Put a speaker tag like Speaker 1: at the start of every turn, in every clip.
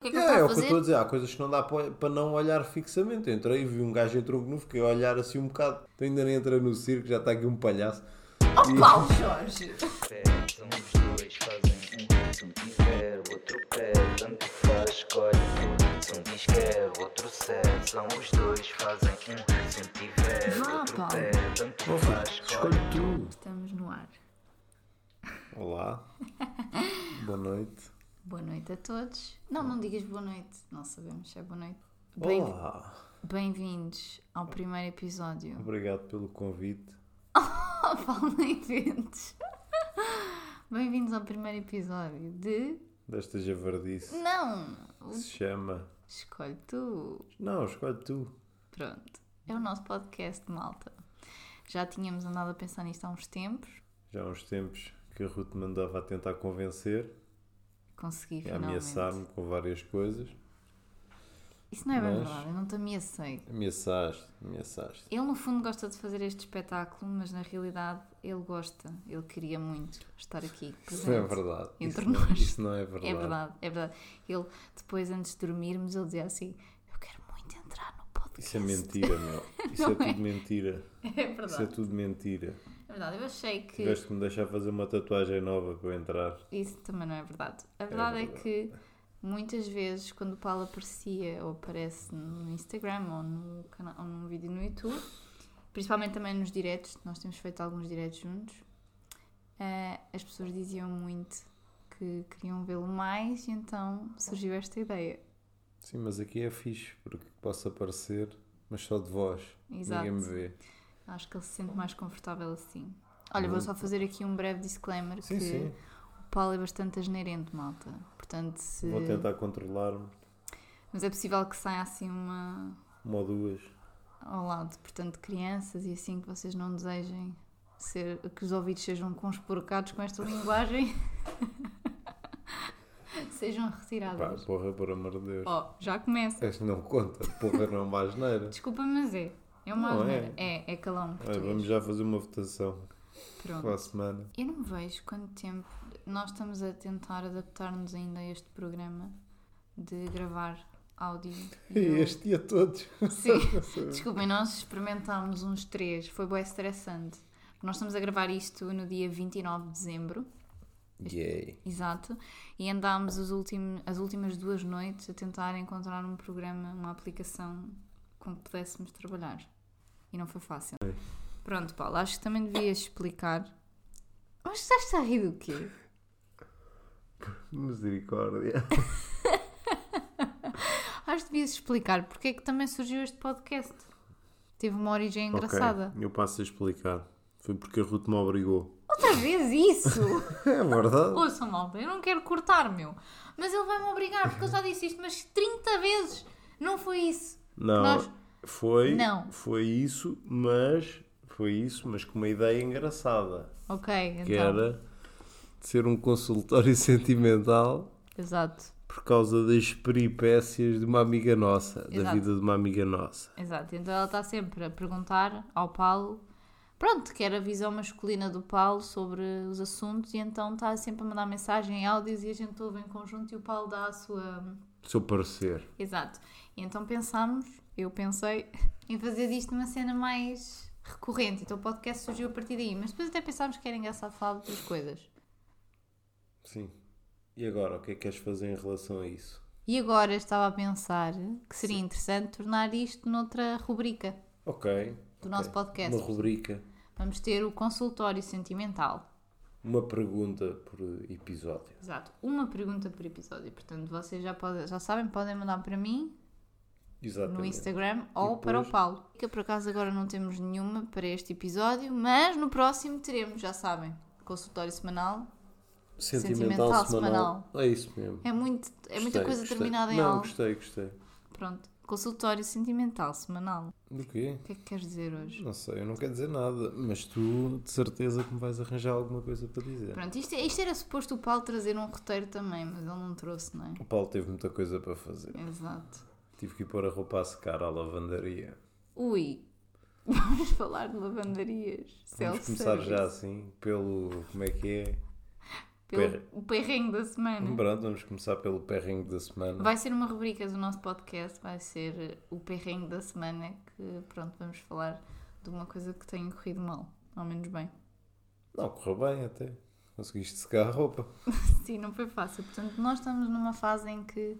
Speaker 1: tá a
Speaker 2: é o que eu
Speaker 1: fazer.
Speaker 2: estou a dizer, há coisas que não dá para para não olhar fixamente. Eu entrei e vi um gajo em tronco nu, fiquei a olhar assim um bocado. Tu ainda nem entra no circo, já está aqui um palhaço.
Speaker 1: Oh, Paulo Jorge!
Speaker 3: pés, uns Então dois fazem um, se um tiver, outro pé, tanto faz, escolhe um, se um diz quer, outro serve, são os dois fazem um, se um tiver,
Speaker 1: Vá,
Speaker 3: outro
Speaker 1: Paulo.
Speaker 3: pé, tanto faz, escolhe
Speaker 2: tu.
Speaker 1: Estamos no ar.
Speaker 2: Olá. Boa noite.
Speaker 1: Boa noite a todos. Não, não digas boa noite. Não sabemos se é boa noite. Bem-
Speaker 2: Olá.
Speaker 1: Bem-vindos ao primeiro episódio.
Speaker 2: Obrigado pelo convite.
Speaker 1: Oh, Paulo, nem inventes. Bem-vindos ao primeiro episódio de.
Speaker 2: Desta javardice
Speaker 1: Não!
Speaker 2: que se chama.
Speaker 1: Escolhe tu.
Speaker 2: Não, escolhe tu.
Speaker 1: Pronto. É o nosso podcast, malta. Já tínhamos andado a pensar nisto há uns tempos.
Speaker 2: Já há uns tempos que a Ruth me andava a tentar convencer
Speaker 1: Consegui
Speaker 2: e a
Speaker 1: finalmente.
Speaker 2: É ameaçar-me com várias coisas.
Speaker 1: Isso não é bem
Speaker 2: Mas-
Speaker 1: verdade, eu não te ameacei.
Speaker 2: Ameaçaste, ameaçaste.
Speaker 1: Ele, no fundo, gosta de fazer este espetáculo, mas na realidade ele gosta, ele queria muito estar aqui.
Speaker 2: Isso não é
Speaker 1: presente.
Speaker 2: verdade.
Speaker 1: Entre
Speaker 2: isso, não,
Speaker 1: nós.
Speaker 2: isso não é verdade.
Speaker 1: É verdade, é verdade. Ele, depois, antes de dormirmos, ele dizia assim: Eu quero muito entrar no podcast.
Speaker 2: Isso é mentira, meu. Isso é
Speaker 1: Não é?
Speaker 2: tudo mentira.
Speaker 1: É
Speaker 2: Isso é
Speaker 1: verdade.
Speaker 2: tudo mentira.
Speaker 1: É verdade, eu achei que.
Speaker 2: Tiveste que me deixar fazer uma tatuagem nova para eu entrar.
Speaker 1: Isso também não é verdade. A verdade é,
Speaker 2: verdade.
Speaker 1: que muitas vezes quando o Paulo aparecia ou aparece no Instagram ou, no canal, ou num vídeo no YouTube, principalmente também nos diretos, nós temos feito alguns diretos juntos, eh, as pessoas diziam muito que queriam vê-lo mais e então surgiu esta ideia.
Speaker 2: Sim, mas aqui é fixe, porque posso aparecer, mas só de voz.
Speaker 1: Exato.
Speaker 2: Ninguém me vê.
Speaker 1: Acho que ele se sente mais confortável assim. Olha, vou só fazer aqui um breve disclaimer
Speaker 2: Uhum. Sim,
Speaker 1: que
Speaker 2: sim.
Speaker 1: o Paulo é bastante asneirento, malta. Portanto, se...
Speaker 2: Vou tentar controlar-me.
Speaker 1: Mas é possível que saia assim uma,
Speaker 2: Uma ou duas.
Speaker 1: ao lado, portanto, de crianças e assim que vocês não desejem ser, que os ouvidos sejam conspurcados com esta linguagem, sejam
Speaker 2: Pá,
Speaker 1: retiradas.
Speaker 2: porra, por amor de Deus.
Speaker 1: Oh, já começa.
Speaker 2: Esta não conta. Porra, não é uma asneira.
Speaker 1: Desculpa, mas é. É uma
Speaker 2: Não é.
Speaker 1: asneira. É, é calão
Speaker 2: Olha,
Speaker 1: português.
Speaker 2: vamos já fazer uma votação para a
Speaker 1: Pronto.
Speaker 2: semana.
Speaker 1: Eu não vejo quanto tempo nós estamos a tentar adaptar-nos ainda a este programa de gravar áudio.
Speaker 2: E este e a todos.
Speaker 1: Sim, desculpem, nós experimentámos uns três, foi bem estressante. Nós estamos a gravar isto no dia 29 de dezembro,
Speaker 2: Yay.
Speaker 1: exato, e andámos os ultim- as últimas duas noites a tentar encontrar um programa, uma aplicação com que pudéssemos trabalhar. E não foi fácil. Pronto, Paulo, acho que também devias explicar. Mas estás a rir do quê?
Speaker 2: Misericórdia.
Speaker 1: Acho que devias explicar porque é que também surgiu este podcast. Teve uma origem engraçada.
Speaker 2: Ok, eu passo a explicar. Foi porque a Ruth me obrigou.
Speaker 1: Outra vez isso!
Speaker 2: É verdade.
Speaker 1: Ouça, malta, eu não quero cortar, meu. Mas ele vai-me obrigar, porque eu já disse isto mas 30 vezes. Não foi isso.
Speaker 2: Não,
Speaker 1: Nós-
Speaker 2: foi,
Speaker 1: Não.
Speaker 2: foi isso, mas foi isso, mas com uma ideia engraçada,
Speaker 1: Ok, então.
Speaker 2: que era de ser um consultório sentimental
Speaker 1: Exato,
Speaker 2: por causa das peripécias de uma amiga nossa, da
Speaker 1: Exato.
Speaker 2: vida de uma amiga nossa.
Speaker 1: exato. Então ela está sempre a perguntar ao Paulo. Pronto, que era a visão masculina do Paulo sobre os assuntos, e então está sempre a mandar mensagem em áudios e a gente ouve em conjunto e o Paulo dá a sua.
Speaker 2: Seu parecer.
Speaker 1: Exato. E então pensámos, eu pensei, em fazer disto uma cena mais recorrente. Então o podcast surgiu a partir daí, mas depois até pensámos que era engraçado falar de outras coisas.
Speaker 2: Sim. E agora, o que é que queres fazer em relação a isso?
Speaker 1: E agora estava a pensar que seria interessante tornar isto noutra rubrica.
Speaker 2: Ok.
Speaker 1: Do nosso podcast.
Speaker 2: Uma rubrica,
Speaker 1: Vamos ter o consultório sentimental.
Speaker 2: uma pergunta por episódio.
Speaker 1: Exato. Uma pergunta por episódio. Portanto, vocês já, podem, já sabem, podem mandar para mim
Speaker 2: Exatamente.
Speaker 1: no Instagram ou para o
Speaker 2: depois-
Speaker 1: Paulo. Que por acaso agora não temos nenhuma para este episódio, mas no próximo teremos, já sabem. Consultório semanal.
Speaker 2: Sentimental,
Speaker 1: Sentimental
Speaker 2: semanal. É isso mesmo.
Speaker 1: É, muito, é muita
Speaker 2: Gostei,
Speaker 1: coisa
Speaker 2: gostei.
Speaker 1: terminada em
Speaker 2: Não,
Speaker 1: algo.
Speaker 2: gostei, gostei.
Speaker 1: Pronto. Consultório sentimental semanal.
Speaker 2: Do quê?
Speaker 1: O que é que queres dizer hoje?
Speaker 2: Não sei, eu não quero dizer nada, mas tu de certeza que me vais arranjar alguma coisa para dizer.
Speaker 1: Pronto, isto, é, isto era suposto o Paulo trazer um roteiro também, mas ele não trouxe, não é?
Speaker 2: O Paulo teve muita coisa para fazer.
Speaker 1: Exato.
Speaker 2: Tive que ir pôr a roupa a secar à lavandaria.
Speaker 1: Ui, vamos falar de lavandarias.
Speaker 2: Vamos
Speaker 1: self-service.
Speaker 2: começar já assim, pelo. como é que é?
Speaker 1: pelo
Speaker 2: Per-
Speaker 1: o perrengue da semana.
Speaker 2: Uhum. Pronto, vamos começar pelo perrengue da semana.
Speaker 1: Uhum. Vai ser uma rubrica do nosso podcast, vai ser o perrengue da semana, que pronto, vamos falar de uma coisa que tenha corrido mal, ao menos bem.
Speaker 2: Não, correu bem até. Conseguiste secar a roupa.
Speaker 1: Sim, não foi fácil. Portanto, nós estamos numa fase em que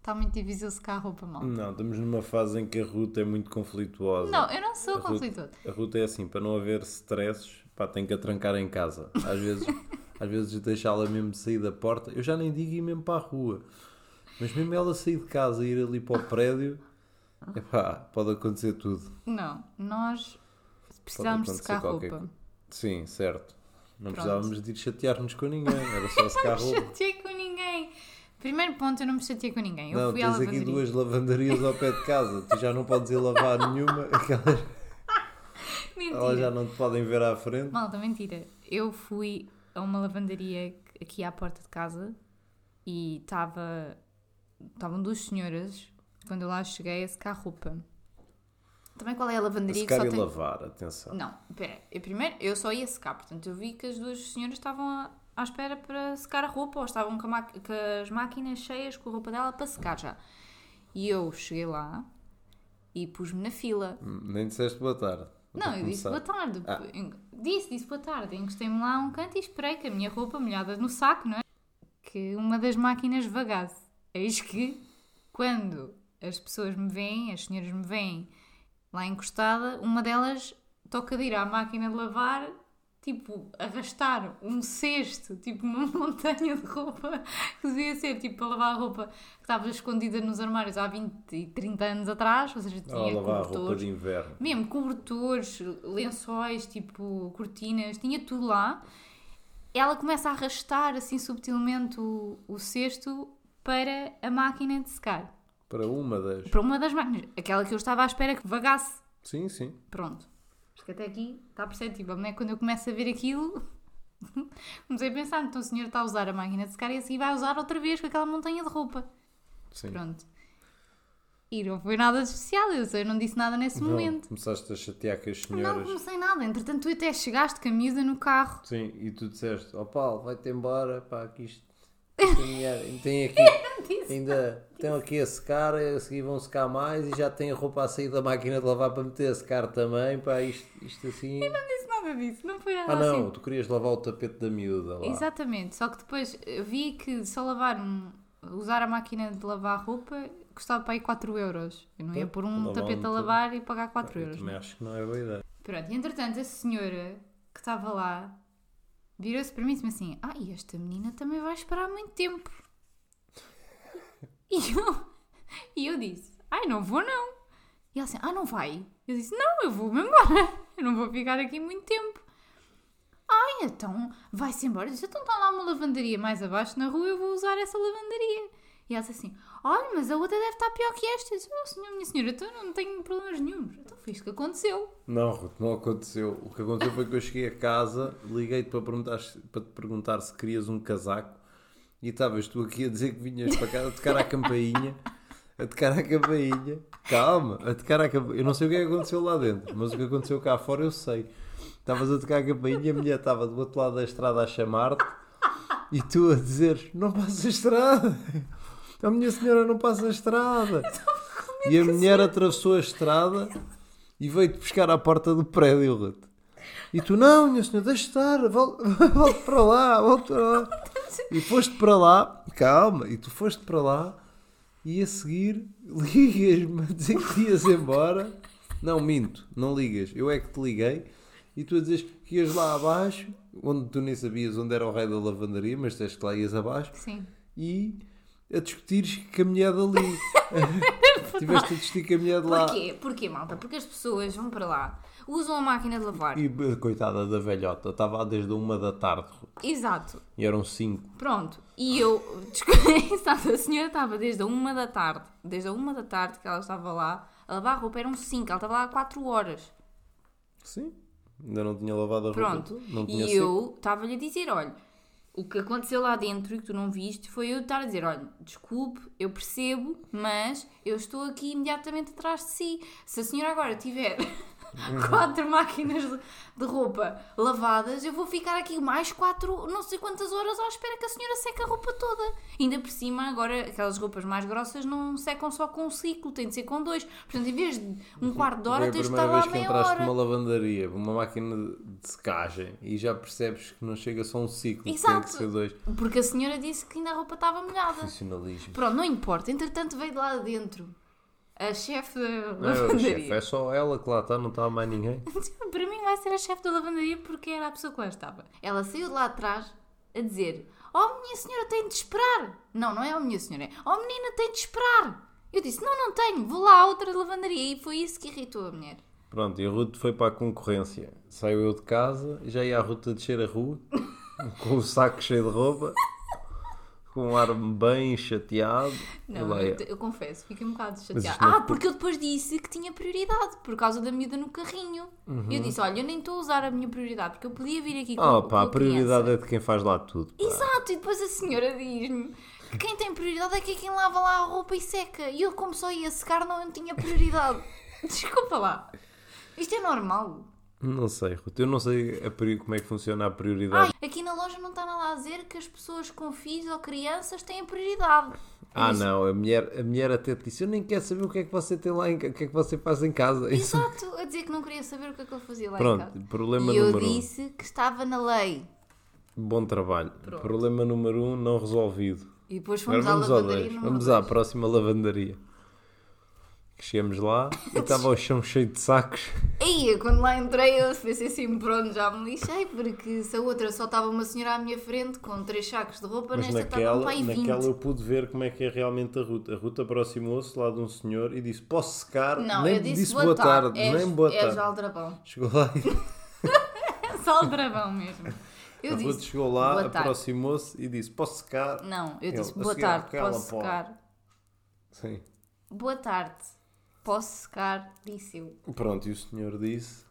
Speaker 1: está muito difícil secar a roupa mal.
Speaker 2: Não, estamos numa fase em que a ruta é muito conflituosa.
Speaker 1: Não, eu não sou
Speaker 2: A Ruth-
Speaker 1: conflituosa.
Speaker 2: A ruta é assim, para não haver stresses, pá, tem que a trancar em casa. Às vezes, às vezes deixá-la mesmo sair da porta. Eu já nem digo ir mesmo para a rua. Mas mesmo ela sair de casa e ir ali para o prédio, epá, pode acontecer tudo.
Speaker 1: Não, nós precisávamos de
Speaker 2: acontecer
Speaker 1: secar a
Speaker 2: qualquer
Speaker 1: roupa.
Speaker 2: Sim, certo. Não
Speaker 1: Pronto.
Speaker 2: precisávamos de ir chatear-nos com ninguém, era só secar a
Speaker 1: Não me
Speaker 2: roupa.
Speaker 1: chateei com ninguém. Primeiro ponto, eu não me chateei com ninguém. Eu
Speaker 2: Não,
Speaker 1: fui à
Speaker 2: tens
Speaker 1: lavanderia.
Speaker 2: aqui duas lavanderias ao pé de casa, tu já não podes ir lavar nenhuma, aquelas
Speaker 1: Mentira.
Speaker 2: elas já não te podem ver à frente.
Speaker 1: Malta, mentira. Eu fui a uma lavandaria aqui à porta de casa e estava. Estavam duas senhoras quando eu lá cheguei a secar roupa. Também qual é a lavanderia que
Speaker 2: Secar
Speaker 1: só
Speaker 2: e
Speaker 1: tem.
Speaker 2: lavar, atenção.
Speaker 1: Não, pera, eu primeiro eu só ia secar, portanto eu vi que as duas senhoras estavam à, à espera para secar a roupa ou estavam com, a maqui- com as máquinas cheias com a roupa dela para secar já. E eu cheguei lá e pus-me na fila.
Speaker 2: Nem disseste boa tarde. para
Speaker 1: Não, eu disse
Speaker 2: começar.
Speaker 1: boa tarde.
Speaker 2: Ah.
Speaker 1: En- Disse, disse boa tarde. Encostei-me lá a um canto e esperei que a minha roupa molhada no saco, não é? Que uma das máquinas vagasse. Eis que, quando as pessoas me veem, as senhoras me veem lá encostada, uma delas toca de ir à máquina de lavar, tipo, arrastar um cesto, tipo, uma montanha de roupa, que devia ser, tipo, para lavar a roupa que estava escondida nos armários há 20 e 30 anos atrás, ou seja, tinha
Speaker 2: Ou Ah, lavar a roupa
Speaker 1: cobertores.
Speaker 2: de inverno.
Speaker 1: Mesmo cobertores, lençóis, tipo cortinas, tinha tudo lá. Ela começa a arrastar assim subtilmente o, o cesto para a máquina de secar.
Speaker 2: Para uma das.
Speaker 1: Para uma das máquinas, aquela que eu estava à espera que vagasse.
Speaker 2: Sim, sim.
Speaker 1: Pronto. Porque até aqui está perceptível, não é? Quando eu começo a ver aquilo, comecei a pensar: então o senhor está a usar a máquina de secar e assim vai usar outra vez com aquela montanha de roupa.
Speaker 2: sim.
Speaker 1: Pronto. E não foi nada de especial, eu sei, eu não disse nada nesse
Speaker 2: Pronto,
Speaker 1: momento.
Speaker 2: Começaste a chatear com as
Speaker 1: Não
Speaker 2: senhoras.
Speaker 1: comecei nada, entretanto tu até chegaste de camisa no carro.
Speaker 2: Sim, e tu disseste, ó Paulo, vai-te embora, pá, que isto caminhar, tem aqui, ainda estão aqui a secar, a seguir vão secar mais e já tem a roupa a sair da máquina de lavar para meter a secar também, pá, isto, isto assim.
Speaker 1: Não disse nada disso, não foi nada
Speaker 2: Ah não,
Speaker 1: assim.
Speaker 2: tu querias lavar o tapete da miúda lá.
Speaker 1: Exatamente, só que depois eh, vi que só lavar um, usar a máquina de lavar roupa custava para aí 4 euros. Eu não ia
Speaker 2: Pois,
Speaker 1: pôr um
Speaker 2: lavar um
Speaker 1: tapete a
Speaker 2: todo.
Speaker 1: lavar e pagar 4
Speaker 2: Eu
Speaker 1: euros.
Speaker 2: também acho que não é boa ideia.
Speaker 1: Pronto, e entretanto a senhora que estava lá virou-se para mim e disse-me assim: Ah, e esta menina também vai esperar muito tempo. E eu, e eu disse: Ai, não vou não. E ela assim: Ah, não vai? Eu disse: Não, eu vou-me embora. Eu não vou ficar aqui muito tempo. Ai, então vai-se embora. Eu disse: Então está lá uma lavandaria mais abaixo na rua, eu vou usar essa lavandaria. E ela disse assim: Olha, mas a outra deve estar pior que esta. Eu disse: Oh, senhor, minha senhora, então eu não tenho problemas nenhums. Então foi isto que aconteceu.
Speaker 2: Não, Ruth, não aconteceu. O que aconteceu foi que eu cheguei a casa, liguei-te para, perguntar, para te perguntar se querias um casaco e estavas tu aqui a dizer que vinhas para casa a tocar à campainha, a tocar à campainha. Calma, a tocar à campainha. Eu não sei o que é que aconteceu lá dentro, mas o que aconteceu cá fora eu sei. Estavas a tocar a campainha, a mulher estava do outro lado da estrada a chamar-te e tu a dizeres: Não passa a estrada, a minha senhora não passa a estrada. E a mulher atravessou a estrada e veio-te buscar à porta do prédio, Ruth. E tu, não, minha senhora, deixa estar, vol- volte para lá, volte para lá. E foste para lá, calma, e tu foste para lá e a seguir ligas-me a dizer que ias embora. Não, minto, não ligas, eu é que te liguei. E tu a dizes que ias lá abaixo, onde tu nem sabias onde era o rei da lavandaria, mas disseste que lá ias abaixo
Speaker 1: Sim.
Speaker 2: e a discutires com a mulher dali. Tiveste a discutir com a mulher de lá.
Speaker 1: Porquê? Porquê, malta? Porque as pessoas vão para lá, usam a máquina de lavar.
Speaker 2: E eh, coitada da velhota, estava lá desde uma da tarde
Speaker 1: Exato.
Speaker 2: e eram cinco.
Speaker 1: Pronto. E eu descobri, Exato, a senhora estava desde a uma da tarde, desde a uma da tarde que ela estava lá, a lavar a roupa eram 5, ela estava lá há 4 horas.
Speaker 2: Sim, ainda não tinha lavado a roupa.
Speaker 1: Pronto.
Speaker 2: toda, Não tinha
Speaker 1: E
Speaker 2: seco.
Speaker 1: eu estava-lhe a dizer, olha, o que aconteceu lá dentro e que tu não viste foi eu estar a dizer, olha, desculpe, eu percebo, mas eu estou aqui imediatamente atrás de si. Se a senhora agora tiver quatro máquinas de, de roupa lavadas, eu vou ficar aqui mais quatro, não sei quantas horas à espera que a senhora seque a roupa toda. Ainda por cima, agora aquelas roupas mais grossas não secam só com um ciclo, tem de ser com dois. Portanto, em vez de um quarto de
Speaker 2: Uhum. Foi
Speaker 1: hora,
Speaker 2: a
Speaker 1: tens de estar
Speaker 2: primeira
Speaker 1: lá
Speaker 2: vez que
Speaker 1: meia
Speaker 2: entraste
Speaker 1: hora.
Speaker 2: numa lavandaria, uma máquina de secagem, e já percebes que não chega só um ciclo, que tem
Speaker 1: Exato.
Speaker 2: que ser dois.
Speaker 1: Porque a senhora disse que ainda a roupa estava molhada.
Speaker 2: Profissionalismo.
Speaker 1: Pronto, não importa. Entretanto, veio de lá de dentro a chefe da
Speaker 2: Não, chefe,
Speaker 1: lavandaria. Então,
Speaker 2: é só ela que lá está, não está mais ninguém.
Speaker 1: Para mim, vai ser a chefe da lavandaria porque era a pessoa que lá estava. Ela saiu de lá atrás a dizer: Oh, minha senhora, tem de esperar. Não, não é oh, minha senhora, é Oh, menina, tem de esperar. Eu disse: Não, não tenho, vou lá a outra lavandaria. E foi isso que irritou a mulher.
Speaker 2: Pronto, e a Ruth foi para a concorrência. Saiu eu de casa, já ia a Ruth a descer a rua, com o saco cheio de roupa, com um ar bem chateado. E
Speaker 1: Não,
Speaker 2: lá
Speaker 1: eu,
Speaker 2: ia.
Speaker 1: te- eu confesso, fiquei um bocado
Speaker 2: é. Mas
Speaker 1: chateada.
Speaker 2: isto não é
Speaker 1: Ah,
Speaker 2: por-
Speaker 1: porque eu depois disse que tinha prioridade por causa da miúda no carrinho. E eu disse: Olha, eu nem estou a usar a minha prioridade porque eu podia vir aqui com,
Speaker 2: Oh
Speaker 1: com
Speaker 2: Uhum. pá, a
Speaker 1: a criança."
Speaker 2: prioridade é de quem faz lá tudo. pá.
Speaker 1: Exato, e depois a senhora diz-me que quem tem prioridade é que é quem lava lá a roupa e seca. E eu, como só ia secar, não tinha prioridade. Desculpa lá. Isto é normal.
Speaker 2: Não sei, Ruth, eu não sei a pri- como é que funciona a prioridade.
Speaker 1: Ai, aqui na loja não está nada a dizer que as pessoas com filhos ou crianças têm prioridade.
Speaker 2: ah, não, a mulher, a mulher até te disse: Eu nem quero saber o que é que você tem lá, em, ca- o que é que você faz em casa. Isso-
Speaker 1: Exato, a dizer que não queria saber o que é que eu fazia lá em
Speaker 2: Pronto,
Speaker 1: casa.
Speaker 2: problema
Speaker 1: e eu
Speaker 2: número
Speaker 1: disse que estava na lei.
Speaker 2: um. Bom trabalho. Problema número um, não resolvido.
Speaker 1: E depois
Speaker 2: Agora
Speaker 1: fomos à
Speaker 2: vamos ao
Speaker 1: lavandaria
Speaker 2: 2.
Speaker 1: número
Speaker 2: Vamos
Speaker 1: dois.
Speaker 2: à próxima lavandaria. Que Chegamos lá e estava o chão cheio de sacos.
Speaker 1: Aí, quando lá entrei, eu pensei assim, pronto, já me lixei, porque se a outra só estava uma senhora à minha frente com três sacos de roupa,
Speaker 2: Mas
Speaker 1: nesta estava um
Speaker 2: naquela,
Speaker 1: pai
Speaker 2: naquela
Speaker 1: 20.
Speaker 2: eu pude ver como é que é realmente a Ruta. A Ruta aproximou-se lá de um senhor e disse: Posso secar?
Speaker 1: Não,
Speaker 2: nem
Speaker 1: eu disse,
Speaker 2: disse
Speaker 1: boa, tarde, és,
Speaker 2: nem boa
Speaker 1: és
Speaker 2: tarde.
Speaker 1: aldrabão.
Speaker 2: Chegou lá e
Speaker 1: És aldrabão mesmo. Eu
Speaker 2: a Ruta
Speaker 1: disse,
Speaker 2: chegou
Speaker 1: boa
Speaker 2: lá,
Speaker 1: tarde.
Speaker 2: aproximou-se e disse: Posso secar?
Speaker 1: não, eu
Speaker 2: Ele,
Speaker 1: disse,
Speaker 2: "A
Speaker 1: boa
Speaker 2: senhora,
Speaker 1: tarde,
Speaker 2: cala,
Speaker 1: posso
Speaker 2: pó."
Speaker 1: secar.
Speaker 2: Sim.
Speaker 1: Boa tarde, posso secar, disse eu.
Speaker 2: Pronto, e o senhor disse: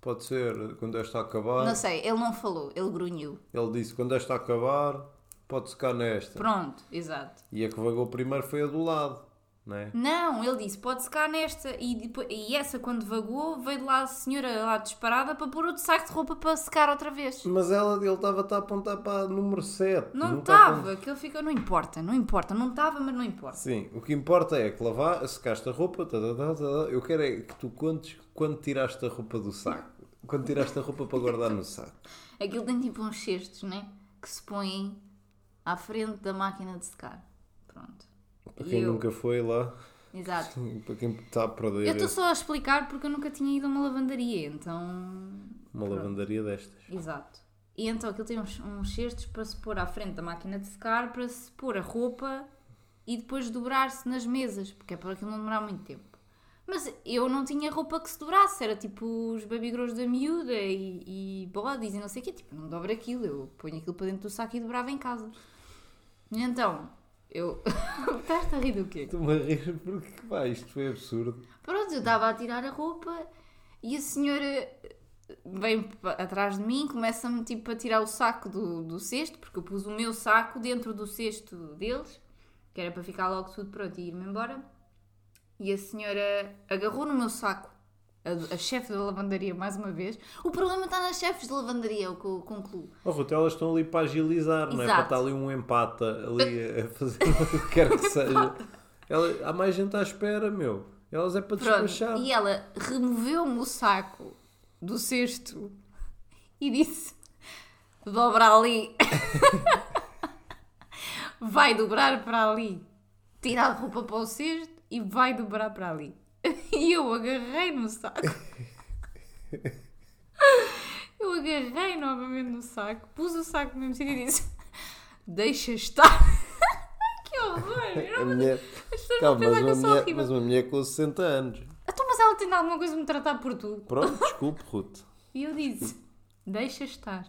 Speaker 2: Pode ser, quando esta acabar.
Speaker 1: Não sei, ele não falou, ele grunhiu.
Speaker 2: Ele disse: Quando esta acabar, pode secar nesta.
Speaker 1: Pronto, exato.
Speaker 2: E a que vagou primeiro foi a do lado, não é?
Speaker 1: Não, ele disse, pode secar nesta. E, depois, e essa, quando vagou, veio de lá a senhora lá disparada para pôr outro saco de roupa para secar outra vez.
Speaker 2: Mas ela, ele estava a apontar para a número 7.
Speaker 1: Não estava, aquilo fica, não importa, não importa, não estava, mas não importa.
Speaker 2: Sim, o que importa é que lavar, secaste a roupa, tá, tá, tá, tá, tá. eu quero é que tu contes quando tiraste a roupa do saco. Quando tiraste a roupa para guardar no saco.
Speaker 1: Aquilo tem tipo uns cestos, né? Que se põem à frente da máquina de secar. Pronto.
Speaker 2: Para
Speaker 1: E
Speaker 2: quem
Speaker 1: eu-
Speaker 2: nunca foi lá,
Speaker 1: Exato.
Speaker 2: para quem está a
Speaker 1: Eu
Speaker 2: perder
Speaker 1: estou só a explicar porque eu nunca tinha ido a uma lavandaria, então.
Speaker 2: uma lavandaria destas.
Speaker 1: Exato. E então aquilo tem uns, uns cestos para se pôr à frente da máquina de secar, para se pôr a roupa e depois dobrar-se nas mesas, porque é para aquilo não demorar muito tempo. Mas eu não tinha roupa que se dobrasse, era tipo os baby grows da miúda e, e bodies e não sei o quê. Tipo, não dobra aquilo, eu ponho aquilo para dentro do saco e dobrava em casa. E então, eu. Estás-te a rir do quê?
Speaker 2: Estou-me a rir porque pá, isto foi absurdo.
Speaker 1: Pronto, eu estava a tirar a roupa e a senhora vem pa- atrás de mim, começa-me tipo a tirar o saco do, do cesto, porque eu pus o meu saco dentro do cesto deles, que era para ficar logo tudo pronto e ir-me embora. E a senhora agarrou no meu saco, a, a chefe da lavandaria mais uma vez. O problema está nas chefes de lavandaria, é o que eu concluo.
Speaker 2: Oh, Ruth, elas estão ali para agilizar, não é?
Speaker 1: Exato.
Speaker 2: Para estar ali um empata ali a a fazer o que quer que seja. Ela- há mais gente à espera, meu. Elas é para despachar.
Speaker 1: Pronto, e ela removeu-me o saco do cesto e disse: dobra ali, vai dobrar para ali, tira a roupa para o cesto e vai dobrar para ali. E eu agarrei no saco. Eu agarrei novamente no saco, pus o saco no mesmo sítio e disse: Deixa estar. que horror! Eu
Speaker 2: A
Speaker 1: não-
Speaker 2: mulher...
Speaker 1: As pessoas vão
Speaker 2: É Calma, mas
Speaker 1: pensar é que eu sou horrível.
Speaker 2: uma, mulher, mas uma mulher com 60 anos.
Speaker 1: Então, mas ela tem de alguma coisa de me tratar por tu.
Speaker 2: Pronto, desculpe, Ruth.
Speaker 1: E eu disse: Deixa estar.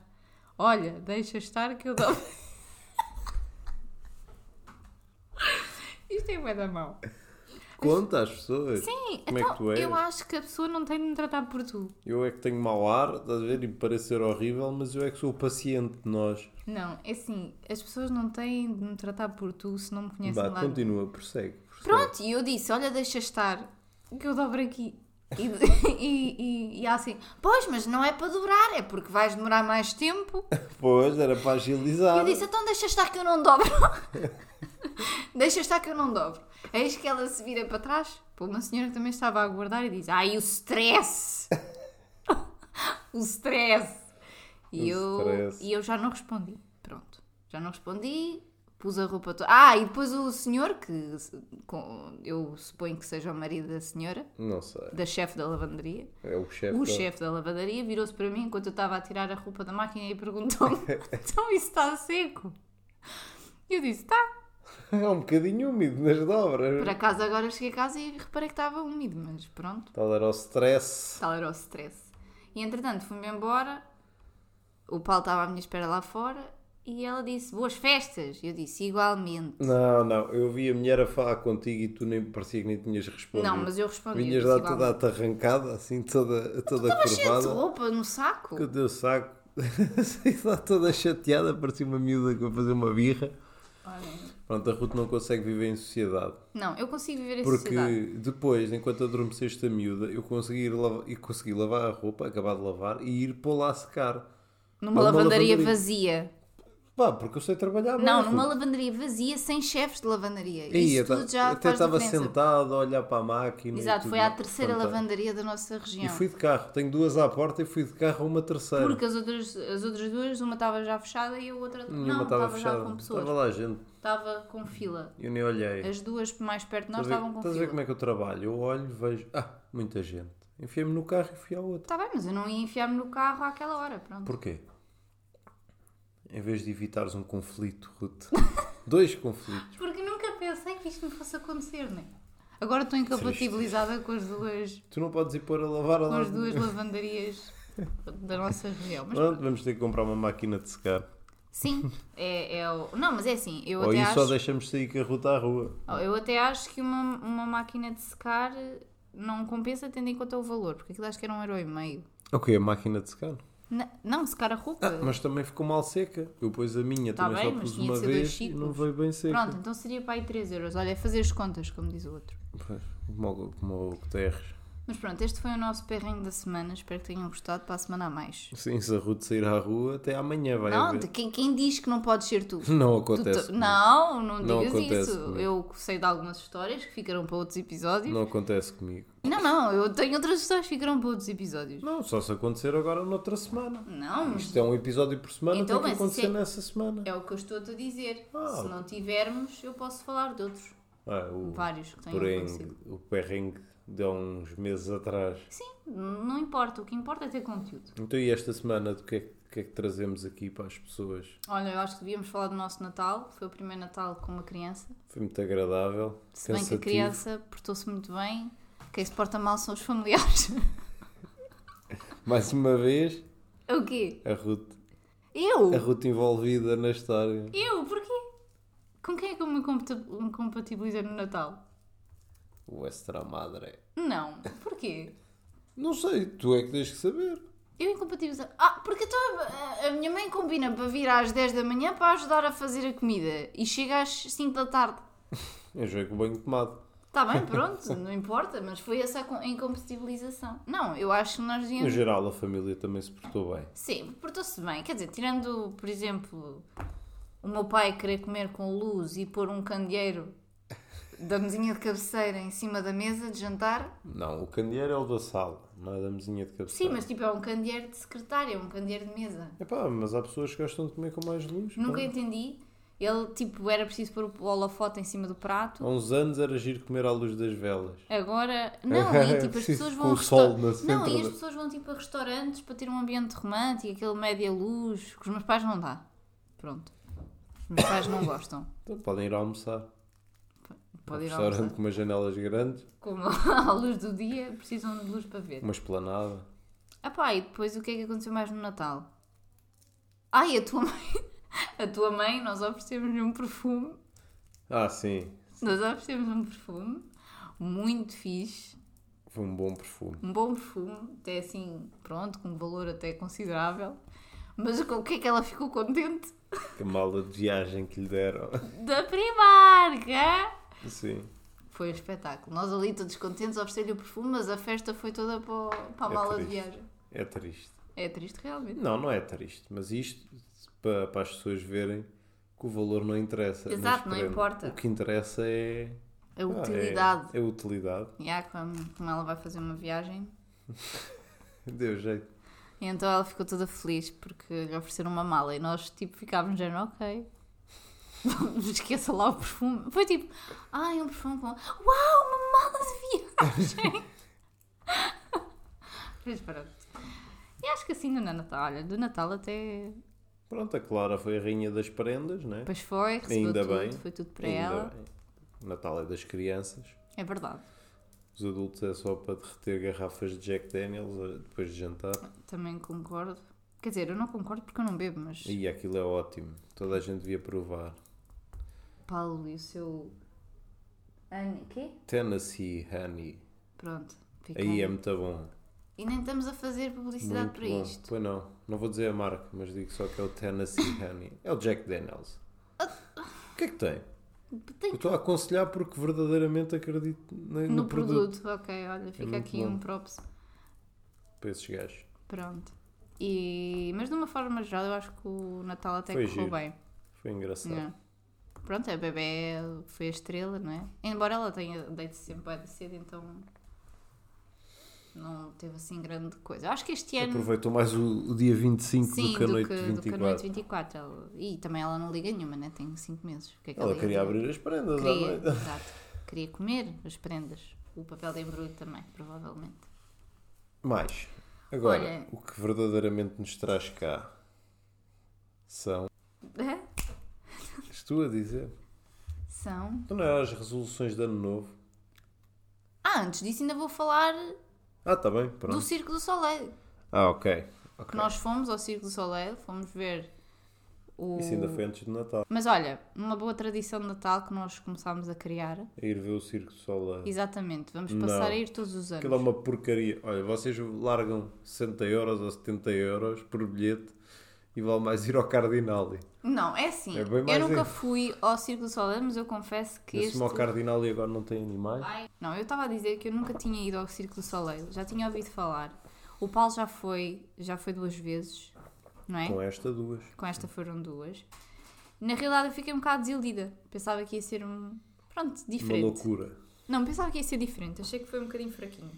Speaker 1: Olha, deixa estar que eu dou. Isto é bué da mal.
Speaker 2: Conta às pessoas.
Speaker 1: Sim,
Speaker 2: Como é
Speaker 1: então
Speaker 2: que tu és?
Speaker 1: eu acho que a pessoa não tem de me tratar por tu.
Speaker 2: Eu é que tenho mau ar, estás a ver? E parece ser horrível, mas eu é que sou o paciente de nós.
Speaker 1: Não, é assim, as pessoas não têm de me tratar por tu se não me conhecem
Speaker 2: Vá,
Speaker 1: lá.
Speaker 2: continua, prossegue. prossegue.
Speaker 1: Pronto, e eu disse: Olha, deixa estar que eu dobro aqui. E, e, e, e ela assim, pois, mas não é para dobrar, é porque vais demorar mais tempo.
Speaker 2: Pois, era para
Speaker 1: E
Speaker 2: agilizar.
Speaker 1: eu disse, então deixa estar que eu não dobro. deixa estar que eu não dobro. Eis que ela se vira para trás, para uma senhora que também estava a aguardar e diz, ai, o stress! o stress! E,
Speaker 2: O
Speaker 1: eu,
Speaker 2: stress.
Speaker 1: e eu já não respondi. Pronto. Já não respondi, pus a roupa toda. Ah, e depois o senhor, que se- com- eu suponho que seja o marido da senhora,
Speaker 2: Não sei.
Speaker 1: da chefe da lavanderia,
Speaker 2: É o chefe.
Speaker 1: assim, o
Speaker 2: da-
Speaker 1: chefe da lavadaria virou-se para mim enquanto eu estava a tirar a roupa da máquina e perguntou-me: então isso está seco? E eu disse: está.
Speaker 2: É um bocadinho úmido nas dobras.
Speaker 1: Por acaso agora cheguei a casa e reparei que estava úmido, mas pronto,
Speaker 2: Tal era o stress.
Speaker 1: tal era o stress. E entretanto fui-me embora, o Paulo estava à minha espera lá fora e ela disse: boas festas. E eu disse: igualmente.
Speaker 2: Não, não. Eu vi a mulher a falar contigo e tu nem parecia que nem tinhas respondido.
Speaker 1: Não, mas eu respondi: eu
Speaker 2: Vinhas
Speaker 1: disse,
Speaker 2: lá toda
Speaker 1: igualmente.
Speaker 2: atarrancada, assim, toda, toda
Speaker 1: Cheio de
Speaker 2: curvada.
Speaker 1: roupa no saco.
Speaker 2: Que o teu saco. Sei lá, toda chateada, parecia uma miúda que vai fazer uma birra.
Speaker 1: Olha,
Speaker 2: Pronto, a Ruth não consegue viver em sociedade.
Speaker 1: Não, eu consigo viver a
Speaker 2: Porque
Speaker 1: sociedade.
Speaker 2: depois, enquanto adormeceste a miúda, eu consegui, ir lavar, eu consegui lavar a roupa, acabar de lavar, e ir pô lá a secar.
Speaker 1: Numa
Speaker 2: Numa
Speaker 1: lavandaria
Speaker 2: lavandaria.
Speaker 1: vazia.
Speaker 2: Pá, porque eu sei trabalhar bem,
Speaker 1: Não,
Speaker 2: Ruth.
Speaker 1: numa lavanderia vazia, sem chefes de lavandaria.
Speaker 2: Ei,
Speaker 1: Isso
Speaker 2: eu ta-
Speaker 1: tudo já
Speaker 2: até
Speaker 1: faz
Speaker 2: estava
Speaker 1: diferença.
Speaker 2: sentado a olhar para a máquina. e
Speaker 1: Exato,
Speaker 2: tudo.
Speaker 1: foi à terceira
Speaker 2: Fantástico.
Speaker 1: lavandaria da nossa região.
Speaker 2: E fui de carro, tenho duas à porta e fui de carro a uma terceira.
Speaker 1: Porque as outras, as outras duas, uma estava já fechada e a outra não,
Speaker 2: Nenhuma estava
Speaker 1: estava já
Speaker 2: fechada.
Speaker 1: com
Speaker 2: Estava
Speaker 1: pessoas.
Speaker 2: lá gente,
Speaker 1: Estava com fila.
Speaker 2: eu nem olhei.
Speaker 1: As duas mais perto de nós
Speaker 2: Estás a ver-
Speaker 1: estavam com
Speaker 2: Estás a ver como
Speaker 1: fila.
Speaker 2: é que eu trabalho? Eu olho, vejo. Ah, muita gente. Enfiei-me no carro e fui à outra.
Speaker 1: Está Tá bem, mas eu não ia enfiar-me no carro àquela hora, pronto.
Speaker 2: Porquê? Em vez de evitares um conflito, Ruth. Dois conflitos.
Speaker 1: Porque nunca pensei que isto me fosse acontecer, não é? Agora estou incompatibilizada com as duas,
Speaker 2: Tu não podes ir pôr a lavar a
Speaker 1: com as
Speaker 2: lado.
Speaker 1: duas lavandarias da nossa região. Mas
Speaker 2: Pronto, vamos ter que comprar uma máquina de secar.
Speaker 1: sim, é, é o... Não, mas é assim, eu
Speaker 2: Ou
Speaker 1: até
Speaker 2: aí
Speaker 1: acho...
Speaker 2: só deixamos sair com a Ruth à rua.
Speaker 1: Oh, Eu até acho que uma, uma máquina de secar não compensa tendo em conta o valor, porque aquilo acho que era um euro e meio.
Speaker 2: Ok, a máquina de secar.
Speaker 1: Na- não, secar a roupa.
Speaker 2: Ah, mas também ficou mal seca. Eu pus a minha,
Speaker 1: Tá
Speaker 2: também
Speaker 1: bem,
Speaker 2: só
Speaker 1: mas
Speaker 2: pus
Speaker 1: tinha de
Speaker 2: uma
Speaker 1: ser dois
Speaker 2: vez e não
Speaker 1: ciclos.
Speaker 2: veio bem seca.
Speaker 1: Pronto, então seria para aí 3 euros. Olha, é fazer as contas, como diz o outro.
Speaker 2: Pois, Como, o- como o Guterres.
Speaker 1: Mas pronto, este foi o nosso perrengue da semana. Espero que tenham gostado. Para a semana há mais.
Speaker 2: Sim, se a Ruth sair à rua, até amanhã vai
Speaker 1: não,
Speaker 2: haver.
Speaker 1: de- quem, quem diz que não podes ser tu?
Speaker 2: Não
Speaker 1: Tu-
Speaker 2: acontece.
Speaker 1: tu-
Speaker 2: comigo.
Speaker 1: não, não
Speaker 2: Não
Speaker 1: digas
Speaker 2: acontece
Speaker 1: isso.
Speaker 2: comigo.
Speaker 1: Eu sei de algumas histórias que ficaram para outros episódios.
Speaker 2: Não acontece comigo.
Speaker 1: Não, não, eu tenho outras histórias que ficaram para outros episódios.
Speaker 2: Não, só se acontecer agora noutra semana.
Speaker 1: Não,
Speaker 2: Isto é um episódio por semana,
Speaker 1: Então,
Speaker 2: tem que
Speaker 1: mas
Speaker 2: acontecer
Speaker 1: isso é-
Speaker 2: nessa semana.
Speaker 1: É o que eu estou a te dizer.
Speaker 2: Ah,
Speaker 1: Se
Speaker 2: ok.
Speaker 1: não tivermos, eu posso falar de outros.
Speaker 2: Ah, o,
Speaker 1: Vários que tenham
Speaker 2: perrengue,
Speaker 1: acontecido.
Speaker 2: o perrengue de há uns meses atrás.
Speaker 1: Sim, não importa. O que importa é ter conteúdo.
Speaker 2: Então, e esta semana, do que é, que- que é que trazemos aqui para as pessoas?
Speaker 1: Olha, eu acho que devíamos falar do nosso Natal. Foi o primeiro Natal com uma criança.
Speaker 2: Foi muito agradável.
Speaker 1: Se bem que a
Speaker 2: cansativo.
Speaker 1: criança portou-se muito bem. Quem se porta mal são os familiares.
Speaker 2: Mais uma vez,
Speaker 1: o quê?
Speaker 2: a Ruth. A
Speaker 1: Eu?
Speaker 2: Ruth envolvida na história.
Speaker 1: Eu? Porquê? Com quem é que eu me compata- me compatibilizei no Natal?
Speaker 2: O extra madre. é-
Speaker 1: Não. Porquê?
Speaker 2: Não sei, tu é que tens que saber.
Speaker 1: Eu incompatibilizei. Ah, porque então a- a minha mãe combina para vir às 10 da manhã para ajudar a fazer a comida e chega às 5 da tarde.
Speaker 2: Eu joguei com o banho tomado.
Speaker 1: Está bem, pronto, não importa, mas foi essa a co- a incompatibilização. Não, eu acho que nós
Speaker 2: No
Speaker 1: devíamos.
Speaker 2: geral, a família também se portou bem.
Speaker 1: Sim, portou-se bem. Quer dizer, tirando, por exemplo, o meu pai querer comer com luz e pôr um candeeiro da mesinha de cabeceira em cima da mesa de jantar.
Speaker 2: Não, o candeeiro é o da sala, não é da mesinha de cabeceira.
Speaker 1: Sim, mas tipo, é um candeeiro de secretária, é um candeeiro de mesa.
Speaker 2: Epá, mas há pessoas que gostam de comer com mais luz. pá.
Speaker 1: Nunca entendi. Ele, tipo, era preciso pôr o holofote em cima do prato.
Speaker 2: Há uns anos era giro comer à luz das velas.
Speaker 1: Agora, não, e tipo as
Speaker 2: Sim,
Speaker 1: pessoas
Speaker 2: com
Speaker 1: vão
Speaker 2: o
Speaker 1: a resta-
Speaker 2: sol no
Speaker 1: Não,
Speaker 2: centro
Speaker 1: e as
Speaker 2: da-
Speaker 1: pessoas vão tipo a restaurantes para ter um ambiente romântico, aquele média luz, que os meus pais não dá. Pronto. Os meus pais não gostam.
Speaker 2: Então podem ir almoçar.
Speaker 1: Pode
Speaker 2: um
Speaker 1: ir ao
Speaker 2: restaurante
Speaker 1: restaurante.
Speaker 2: com umas janelas grandes,
Speaker 1: Como à luz do dia, precisam de luz para ver.
Speaker 2: uma esplanada.
Speaker 1: Ah pá, e depois o que é que aconteceu mais no Natal? Ai, a tua mãe. A tua mãe, nós oferecemos-lhe um perfume.
Speaker 2: Ah, sim.
Speaker 1: Nós oferecemos um perfume muito fixe.
Speaker 2: Foi um bom perfume.
Speaker 1: um bom perfume, até assim, pronto, com um valor até considerável. Mas com o que é que ela ficou contente?
Speaker 2: Que mala de viagem que lhe deram.
Speaker 1: Da Primark! hã?
Speaker 2: Sim.
Speaker 1: Foi um espetáculo. Nós ali todos contentes, oferecer-lhe o perfume, mas a festa foi toda para, o- para a
Speaker 2: É
Speaker 1: mala de
Speaker 2: triste.
Speaker 1: viagem.
Speaker 2: É triste.
Speaker 1: É triste realmente.
Speaker 2: Não, não é triste, mas isto para, para as pessoas verem que o valor não interessa.
Speaker 1: Exato,
Speaker 2: neste
Speaker 1: não
Speaker 2: prémio.
Speaker 1: importa.
Speaker 2: O que interessa é
Speaker 1: A
Speaker 2: Ah, é-
Speaker 1: utilidade.
Speaker 2: é, a utilidade.
Speaker 1: E há como, como ela vai fazer uma viagem.
Speaker 2: Deu jeito.
Speaker 1: E então ela ficou toda feliz porque lhe ofereceram uma mala e nós tipo ficávamos dizendo, ok. Esqueça lá o perfume. Foi tipo, ai, um perfume com. Uau, uma mala de viagem! Mas pronto. E acho que assim do Natal, olha, do Natal até.
Speaker 2: Pronto, a Clara foi a rainha das prendas, né?
Speaker 1: Depois foi, recebeu
Speaker 2: Ainda
Speaker 1: tudo,
Speaker 2: bem.
Speaker 1: foi tudo para
Speaker 2: Ainda
Speaker 1: ela.
Speaker 2: bem. O Natal é das crianças.
Speaker 1: É verdade.
Speaker 2: Os adultos é só para derreter garrafas de Jack Daniels eh, depois de jantar.
Speaker 1: Também concordo. Quer dizer, eu não concordo porque eu não bebo, mas
Speaker 2: E aquilo é ótimo. Toda a gente devia provar.
Speaker 1: Paulo e o seu. Anne, quê?
Speaker 2: Tennessee Honey.
Speaker 1: Pronto. fica
Speaker 2: Aí é muito bom.
Speaker 1: E nem estamos a fazer publicidade
Speaker 2: Muito
Speaker 1: para
Speaker 2: bom.
Speaker 1: isto.
Speaker 2: Pois não. Não vou dizer a marca, mas digo só que é o Tennessee Honey. É o Jack Daniels. O que é que tem?
Speaker 1: Ah, Tem
Speaker 2: Eu estou a aconselhar porque verdadeiramente acredito ne-
Speaker 1: no,
Speaker 2: no, produto. É
Speaker 1: produto. ok, olha, fica
Speaker 2: muito
Speaker 1: aqui
Speaker 2: bom.
Speaker 1: um props.
Speaker 2: Para esses gajos.
Speaker 1: Pronto. E... Mas de uma forma geral, eu acho que o Natal até
Speaker 2: Foi
Speaker 1: correu
Speaker 2: giro,
Speaker 1: bem.
Speaker 2: Foi engraçado.
Speaker 1: Não. Pronto, a bebê foi a estrela, não é? Embora ela tenha deite-se sempre bué de cedo, então não teve assim grande coisa. Eu acho que este ano.
Speaker 2: Aproveitou mais o, o dia 25
Speaker 1: Sim,
Speaker 2: do que a noite
Speaker 1: do que a noite
Speaker 2: 24.
Speaker 1: 24. Ela- E também ela não liga nenhuma, né? Tem 5 meses. O que é que
Speaker 2: Ela
Speaker 1: ia
Speaker 2: queria
Speaker 1: dizer?
Speaker 2: abrir as prendas à
Speaker 1: Queria,
Speaker 2: noite.
Speaker 1: exato. Queria comer as prendas. O papel de embrulho também, provavelmente.
Speaker 2: Mais. Agora,
Speaker 1: Olha-
Speaker 2: o que verdadeiramente nos traz cá são. É? Estou a dizer.
Speaker 1: São.
Speaker 2: Tu não eram as resoluções de ano novo.
Speaker 1: Ah, antes disso ainda vou falar
Speaker 2: Ah, está bem,
Speaker 1: do
Speaker 2: pronto.
Speaker 1: Circo do Soleil.
Speaker 2: Ah, ok.
Speaker 1: Que
Speaker 2: ok.
Speaker 1: nós fomos ao Circo do Soleil, fomos ver o.
Speaker 2: Isso ainda foi antes do Natal.
Speaker 1: Mas olha, uma boa tradição de Natal que nós começámos a criar.
Speaker 2: A ir ver o Circo do Sol a...
Speaker 1: Exatamente, vamos
Speaker 2: Não.
Speaker 1: passar a ir todos os anos.
Speaker 2: Aquilo é uma porcaria. Olha, vocês largam 60 euros ou 70 euros por bilhete e vão mais ir ao Cardinali.
Speaker 1: Não, é assim.
Speaker 2: É bem mais
Speaker 1: eu nunca
Speaker 2: isso.
Speaker 1: fui ao Circo do Soleil, mas eu confesso que
Speaker 2: Esse
Speaker 1: este.
Speaker 2: mau Cardinali agora não tem animais.
Speaker 1: Ai, Não, eu estava a dizer que eu nunca tinha ido ao Circo do Soleil, já tinha ouvido falar. O Paulo já foi, já foi duas vezes, não é?
Speaker 2: Com esta, duas.
Speaker 1: Com esta foram duas. Na realidade eu fiquei um bocado desiludida. Pensava que ia ser um. Pronto,
Speaker 2: Uma
Speaker 1: diferente.
Speaker 2: loucura.
Speaker 1: Não, pensava que ia ser diferente. Achei que foi um bocadinho fraquinho.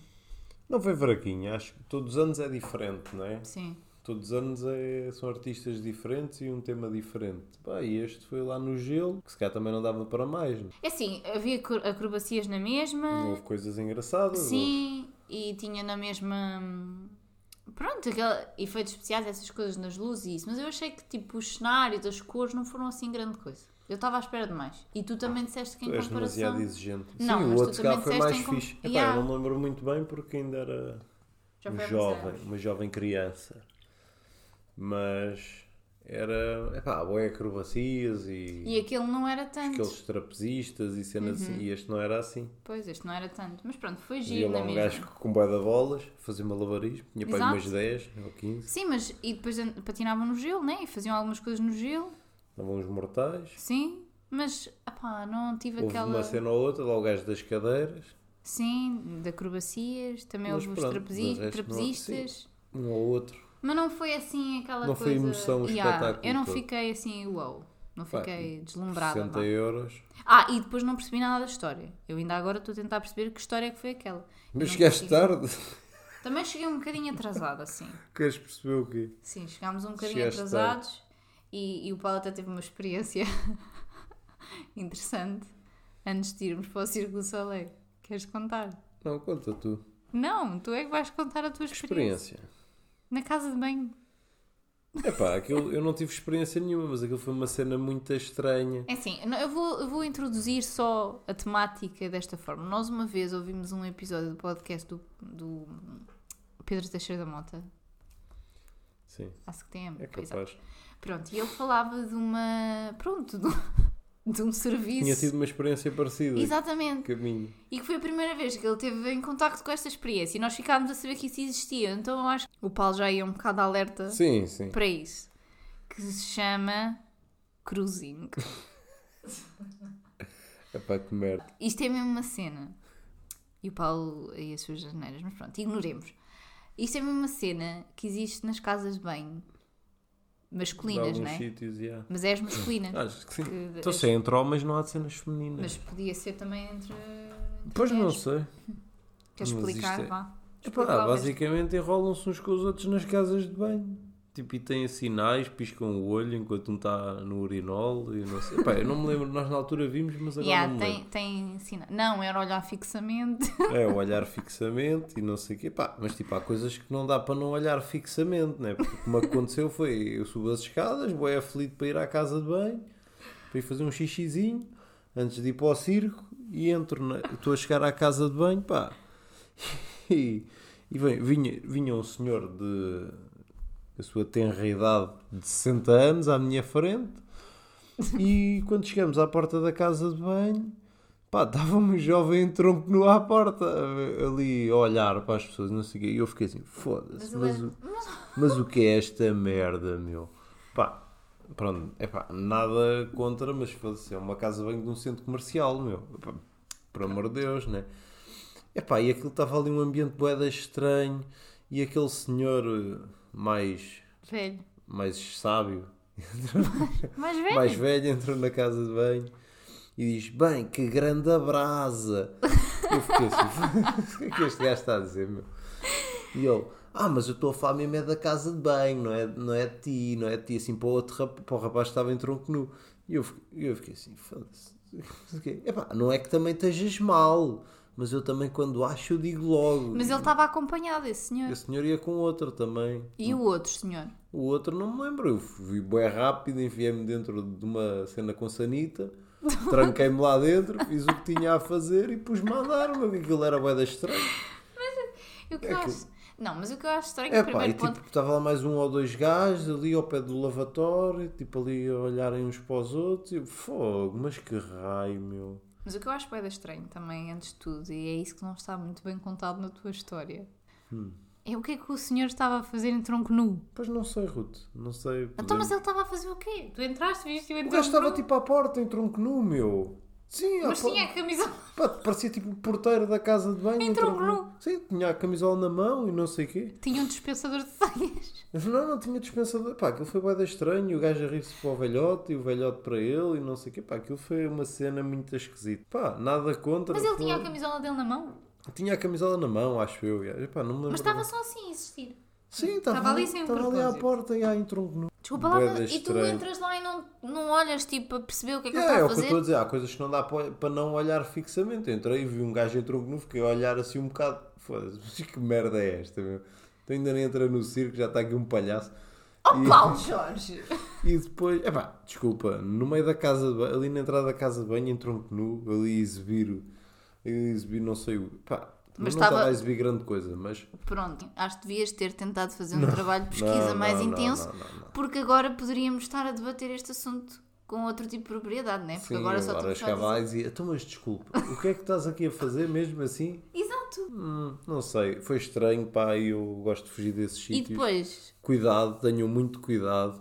Speaker 2: Não foi fraquinho, acho que todos os anos é diferente, não é?
Speaker 1: Sim.
Speaker 2: Todos os anos é- são artistas diferentes e um tema diferente. Pá, e este foi lá no gelo, que se calhar também não dava para mais.
Speaker 1: É assim, havia acro- acrobacias na mesma.
Speaker 2: Houve coisas engraçadas.
Speaker 1: Sim, e tinha na mesma. hum, Pronto, aquela- efeitos especiais, essas coisas nas luzes e isso, mas eu achei que tipo os cenários, as cores não foram assim grande coisa. Eu estava à espera de mais. E tu também disseste que
Speaker 2: Ah, Tu
Speaker 1: em
Speaker 2: és
Speaker 1: comparação.
Speaker 2: demasiado exigente.
Speaker 1: Não,
Speaker 2: Sim,
Speaker 1: mas
Speaker 2: o
Speaker 1: tu
Speaker 2: outro se calhar
Speaker 1: também
Speaker 2: foi
Speaker 1: disseste
Speaker 2: mais
Speaker 1: em com-
Speaker 2: fixe. Epá,
Speaker 1: Yeah.
Speaker 2: eu não me lembro muito bem porque ainda era
Speaker 1: Já
Speaker 2: um
Speaker 1: foi há muitos
Speaker 2: jovem,
Speaker 1: anos.
Speaker 2: uma jovem criança. Mas era, epá, boé acrobacias e,
Speaker 1: E é Uhum. aquele não era tanto.
Speaker 2: aqueles trapezistas e cenas assim. E este não era assim.
Speaker 1: Pois, este não era tanto. Mas pronto, foi
Speaker 2: Havia
Speaker 1: giro é
Speaker 2: lá
Speaker 1: na
Speaker 2: um
Speaker 1: mesma.
Speaker 2: gajo com boé de bolas, fazia malabarismo, tinha para aí
Speaker 1: Exato.
Speaker 2: umas 10 ou 15.
Speaker 1: Sim, mas e depois an- patinavam no gelo, né? E faziam algumas coisas no gelo,
Speaker 2: Davam uns mortais.
Speaker 1: sim. Mas, apá, não tive
Speaker 2: Houve
Speaker 1: aquela.
Speaker 2: uma cena ou outra, lá o gajo das cadeiras,
Speaker 1: Sim, de acrobacias, também
Speaker 2: Mas
Speaker 1: houve os
Speaker 2: pronto,
Speaker 1: trapezi-
Speaker 2: de resto não-
Speaker 1: trapezistas.
Speaker 2: um ou outro.
Speaker 1: Mas não foi assim aquela
Speaker 2: Não foi
Speaker 1: coisa.
Speaker 2: emoção, o
Speaker 1: Yeah,
Speaker 2: espetáculo
Speaker 1: Eu não
Speaker 2: todo.
Speaker 1: fiquei assim, uau. Não
Speaker 2: Pá,
Speaker 1: fiquei deslumbrada.
Speaker 2: 60
Speaker 1: vá.
Speaker 2: euros.
Speaker 1: Ah, e depois não percebi nada da história. Eu ainda agora estou a tentar perceber que história é que foi aquela.
Speaker 2: Mas
Speaker 1: Não
Speaker 2: chegaste
Speaker 1: consigo-
Speaker 2: tarde.
Speaker 1: Também cheguei um bocadinho atrasada, assim.
Speaker 2: Queres perceber o quê?
Speaker 1: Sim, chegámos um bocadinho
Speaker 2: Chegaste
Speaker 1: atrasados e, e o Paulo até teve uma experiência interessante antes de irmos para o Círculo do Soleil. Queres contar?
Speaker 2: Não, conta tu.
Speaker 1: Não, tu é que vais contar a tua experiência.
Speaker 2: Experiência.
Speaker 1: Na casa de banho.
Speaker 2: Epá, aquilo, eu não tive experiência nenhuma, mas aquilo foi uma cena muito estranha.
Speaker 1: É assim, não, eu vou, eu vou introduzir só a temática desta forma. Nós uma vez ouvimos um episódio do podcast do, do Pedro Teixeira da Mota,
Speaker 2: Sim,
Speaker 1: acho que tem
Speaker 2: é
Speaker 1: exato.
Speaker 2: capaz.
Speaker 1: Pronto, e ele falava de uma. Pronto, de um, de um serviço.
Speaker 2: Tinha tido uma experiência parecida.
Speaker 1: Exatamente.
Speaker 2: Caminho.
Speaker 1: E que foi a primeira vez que ele teve em contacto com esta experiência e nós ficámos a saber que isso existia. Então eu acho que o Paulo já ia um bocado alerta
Speaker 2: Sim, sim.
Speaker 1: para isso. Que se chama Cruising.
Speaker 2: Epá, que merda.
Speaker 1: Isto é mesmo uma cena. E o Paulo e as suas janeiras, mas pronto, ignoremos. Isto é mesmo uma cena que existe nas casas de banho
Speaker 2: Em
Speaker 1: masculinas,
Speaker 2: alguns
Speaker 1: não é?
Speaker 2: sítios, yeah.
Speaker 1: Mas é as masculinas.
Speaker 2: Acho que sim.
Speaker 1: Que-
Speaker 2: Então se é entre homens não há de cenas femininas.
Speaker 1: Mas podia ser também entre. entre
Speaker 2: Pois não
Speaker 1: mulheres.
Speaker 2: sei.
Speaker 1: Queres
Speaker 2: mas
Speaker 1: explicar?
Speaker 2: isto é-
Speaker 1: Vá.
Speaker 2: Epá,
Speaker 1: Explica lá, mas-
Speaker 2: basicamente enrolam-se uns com os outros nas casas de banho. Tipo, e têm sinais, piscam o olho enquanto um está no urinol e não sei. Epá, eu não me lembro, nós na altura vimos, mas agora
Speaker 1: Yeah,
Speaker 2: não
Speaker 1: tem,
Speaker 2: me
Speaker 1: tem sina- Não, era olhar fixamente.
Speaker 2: lembro. É, o olhar fixamente e não sei o quê. Pá, mas tipo, há coisas que não dá para não olhar fixamente, né? Porque como aconteceu foi, eu subo as escadas, boé aflito para ir à casa de banho, para ir fazer um xixizinho, antes de ir para o circo e entro, na... estou a chegar à casa de banho, pá. E, e vem- vinha, vinha um senhor de a sua tenra idade de 60 anos à minha frente e quando chegamos à porta da casa de banho, pá, estava um jovem em tronco nu à porta a- ali a olhar para as pessoas, não sei o quê. E eu fiquei assim, foda-se,
Speaker 1: Mas
Speaker 2: mas, o- mas o que é esta merda, meu? Pá, pronto, é pá, nada contra, mas foda-se, é uma casa de banho de um centro comercial, meu. Pá, por amor de Deus, né? Epá, e aquilo estava ali um ambiente boeda estranho e aquele senhor eh, mais,
Speaker 1: Velho.
Speaker 2: mais sábio,
Speaker 1: Mais velho.
Speaker 2: mais velho, entrou na casa de banho e diz, bem, que grande brasa. Eu fiquei assim, o que é que este gajo está a dizer, meu? E ele, ah, mas eu estou a falar mesmo é da casa de banho, não é, não é de ti, não é de ti, assim, para o, outro, rap- para o rapaz que estava em tronco nu. E eu, fiquei- eu fiquei assim, foda-se. O quê? Epá, não é que também estejas mal, mas eu também quando acho eu digo logo.
Speaker 1: Mas ele estava acompanhado, esse senhor.
Speaker 2: E a senhora ia com outro também.
Speaker 1: E o outro senhor?
Speaker 2: O outro não me lembro. Eu fui bem rápido, enfiei-me dentro de uma cena com sanita, tranquei-me lá dentro, fiz o que tinha a fazer e pus-me a andar. Mas aquilo era bué da estranho.
Speaker 1: E o que
Speaker 2: É
Speaker 1: eu
Speaker 2: que-
Speaker 1: acho. Não, mas o que eu acho estranho é
Speaker 2: É
Speaker 1: que o
Speaker 2: pá, e
Speaker 1: primeiro
Speaker 2: tipo,
Speaker 1: ponto.
Speaker 2: estava lá mais um ou dois gajos ali ao pé do lavatório, tipo ali a olharem uns para os outros. E eu, fogo, mas que raio, meu.
Speaker 1: Mas o que eu acho bem estranho também, antes de tudo, e é isso que não está muito bem contado na tua história,
Speaker 2: Hum.
Speaker 1: é o que é que o senhor estava a fazer em tronco nu.
Speaker 2: Pois não sei, Ruth, não sei.
Speaker 1: Então,
Speaker 2: podemos-
Speaker 1: mas ele estava a fazer o quê? Tu entraste, viste-o em
Speaker 2: O gajo
Speaker 1: tronco
Speaker 2: estava
Speaker 1: nu?
Speaker 2: tipo à porta, em tronco nu, meu. Sim, à
Speaker 1: Mas
Speaker 2: porta.
Speaker 1: tinha a camisola.
Speaker 2: Pá, parecia tipo o porteiro da casa de banho.
Speaker 1: Em
Speaker 2: entrou-
Speaker 1: tronco nu.
Speaker 2: Sim, tinha a camisola na mão e não sei o quê.
Speaker 1: Tinha um dispensador de senhas.
Speaker 2: Mas não, não tinha dispensador. Pá, aquilo foi bem estranho. e O gajo a rir-se para o velhote e o velhote para ele e não sei o quê. Pá, aquilo foi uma cena muito esquisita. Pá, nada contra.
Speaker 1: Mas ele tinha a
Speaker 2: foi-
Speaker 1: camisola dele na mão.
Speaker 2: Tinha a camisola na mão, acho eu. e, Pá, não me lembro.
Speaker 1: Mas estava só assim a existir.
Speaker 2: Sim, estava,
Speaker 1: estava ali
Speaker 2: ali,
Speaker 1: sem
Speaker 2: estava ali à
Speaker 1: propósito.
Speaker 2: porta e há em tronco nu.
Speaker 1: Desculpa lá,
Speaker 2: Bué
Speaker 1: mas-
Speaker 2: da
Speaker 1: e tu
Speaker 2: estranho.
Speaker 1: entras lá e não, não olhas tipo a perceber o que é que
Speaker 2: Yeah, é
Speaker 1: ele está a
Speaker 2: o que eu
Speaker 1: fazer?
Speaker 2: estou a dizer. Há coisas que não dá para para não olhar fixamente. Eu entrei e vi um gajo em tronco nu, fiquei a olhar assim um bocado. Foda-se, mas que merda é esta, meu? Então ainda nem entra no circo, já está aqui um palhaço.
Speaker 1: Oh,
Speaker 2: E-
Speaker 1: Paulo Jorge!
Speaker 2: E depois, epá, desculpa, no meio da casa de banho, ali na entrada da casa de banho, em tronco nu, ali a exibir, o- a exibir não sei o. Pá,
Speaker 1: Mas
Speaker 2: mas não estava
Speaker 1: estava-
Speaker 2: a exibir grande coisa, mas.
Speaker 1: Pronto, acho que devias ter tentado fazer um trabalho de pesquisa
Speaker 2: não,
Speaker 1: mais
Speaker 2: não,
Speaker 1: intenso,
Speaker 2: não, não, não.
Speaker 1: porque agora poderíamos estar a debater este assunto com outro tipo de propriedade, né? Porque
Speaker 2: Sim,
Speaker 1: agora
Speaker 2: agora,
Speaker 1: só tu
Speaker 2: chegava lá e dizia, então, mas desculpa, o que é que estás aqui a fazer mesmo assim?
Speaker 1: Exato!
Speaker 2: Hum, não sei, foi estranho, pá, e eu gosto de fugir desses
Speaker 1: E
Speaker 2: sítios.
Speaker 1: depois.
Speaker 2: Cuidado, tenham muito cuidado,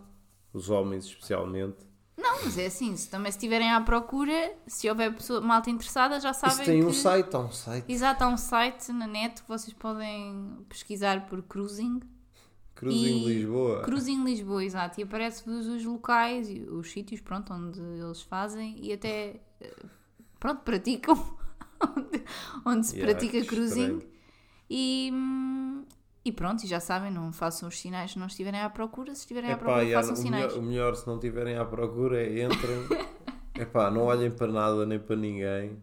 Speaker 2: os homens especialmente.
Speaker 1: Não, mas é assim, se também estiverem à procura, se houver pessoa, malta interessada, já
Speaker 2: E se
Speaker 1: sabem.
Speaker 2: tem
Speaker 1: que...
Speaker 2: um site, há um site.
Speaker 1: Exato, há um site na net que vocês podem pesquisar por cruising.
Speaker 2: Cruzem
Speaker 1: E-
Speaker 2: Lisboa.
Speaker 1: Cruzem Lisboa, exato, e aparece-vos os locais, e os sítios, pronto, onde eles fazem e até, eh, pronto, praticam, onde, onde se
Speaker 2: Yeah,
Speaker 1: pratica
Speaker 2: que
Speaker 1: cruzing
Speaker 2: estranho.
Speaker 1: e, hum, e pronto, e já sabem, não façam os sinais se não estiverem à procura, se estiverem à
Speaker 2: Epá,
Speaker 1: procura
Speaker 2: e há-
Speaker 1: é façam
Speaker 2: o, melhor,
Speaker 1: sinais.
Speaker 2: o melhor, se não tiverem à procura é entrem. Epá, não olhem para nada nem para ninguém.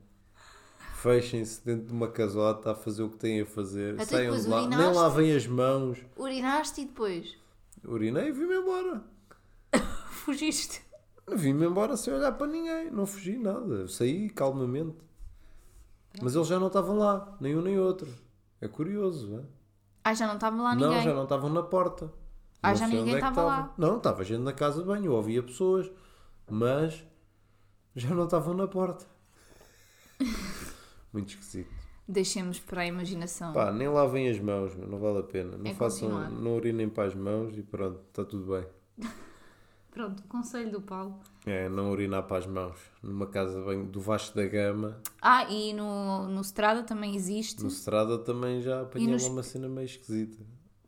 Speaker 2: Fechem-se dentro de uma casota a fazer o que têm a fazer.
Speaker 1: Até
Speaker 2: Saiam
Speaker 1: depois
Speaker 2: de lá. Nem
Speaker 1: urinaste.
Speaker 2: lavem as mãos.
Speaker 1: Urinaste e depois
Speaker 2: Urinei e vim-me embora.
Speaker 1: fugiste.
Speaker 2: Vim-me embora sem olhar para ninguém. Não fugi nada. Eu saí calmamente. Mas eles já não estavam lá. Nem um nem outro. É curioso, não é?
Speaker 1: Ah, já não estava lá
Speaker 2: Não,
Speaker 1: ninguém.
Speaker 2: já não estavam na porta.
Speaker 1: Ah,
Speaker 2: Não
Speaker 1: já
Speaker 2: sei
Speaker 1: ninguém
Speaker 2: onde é que
Speaker 1: estava lá.
Speaker 2: estavam. Não, estava gente na casa de banho, eu ouvia pessoas, mas já não estavam na porta. Muito esquisito.
Speaker 1: Deixemos para a imaginação.
Speaker 2: Pá, nem lavem as mãos, meu, não vale a pena. Não
Speaker 1: É
Speaker 2: façam,
Speaker 1: continuar.
Speaker 2: não urinem para as mãos e pronto, está tudo bem.
Speaker 1: Pronto, o conselho do Paulo.
Speaker 2: É, não urinar para as mãos. Numa casa de banho do Vasco da Gama,
Speaker 1: Ah, e no, no Strada também existe.
Speaker 2: no Strada também já apanhei
Speaker 1: nos-
Speaker 2: lá uma cena meio esquisita.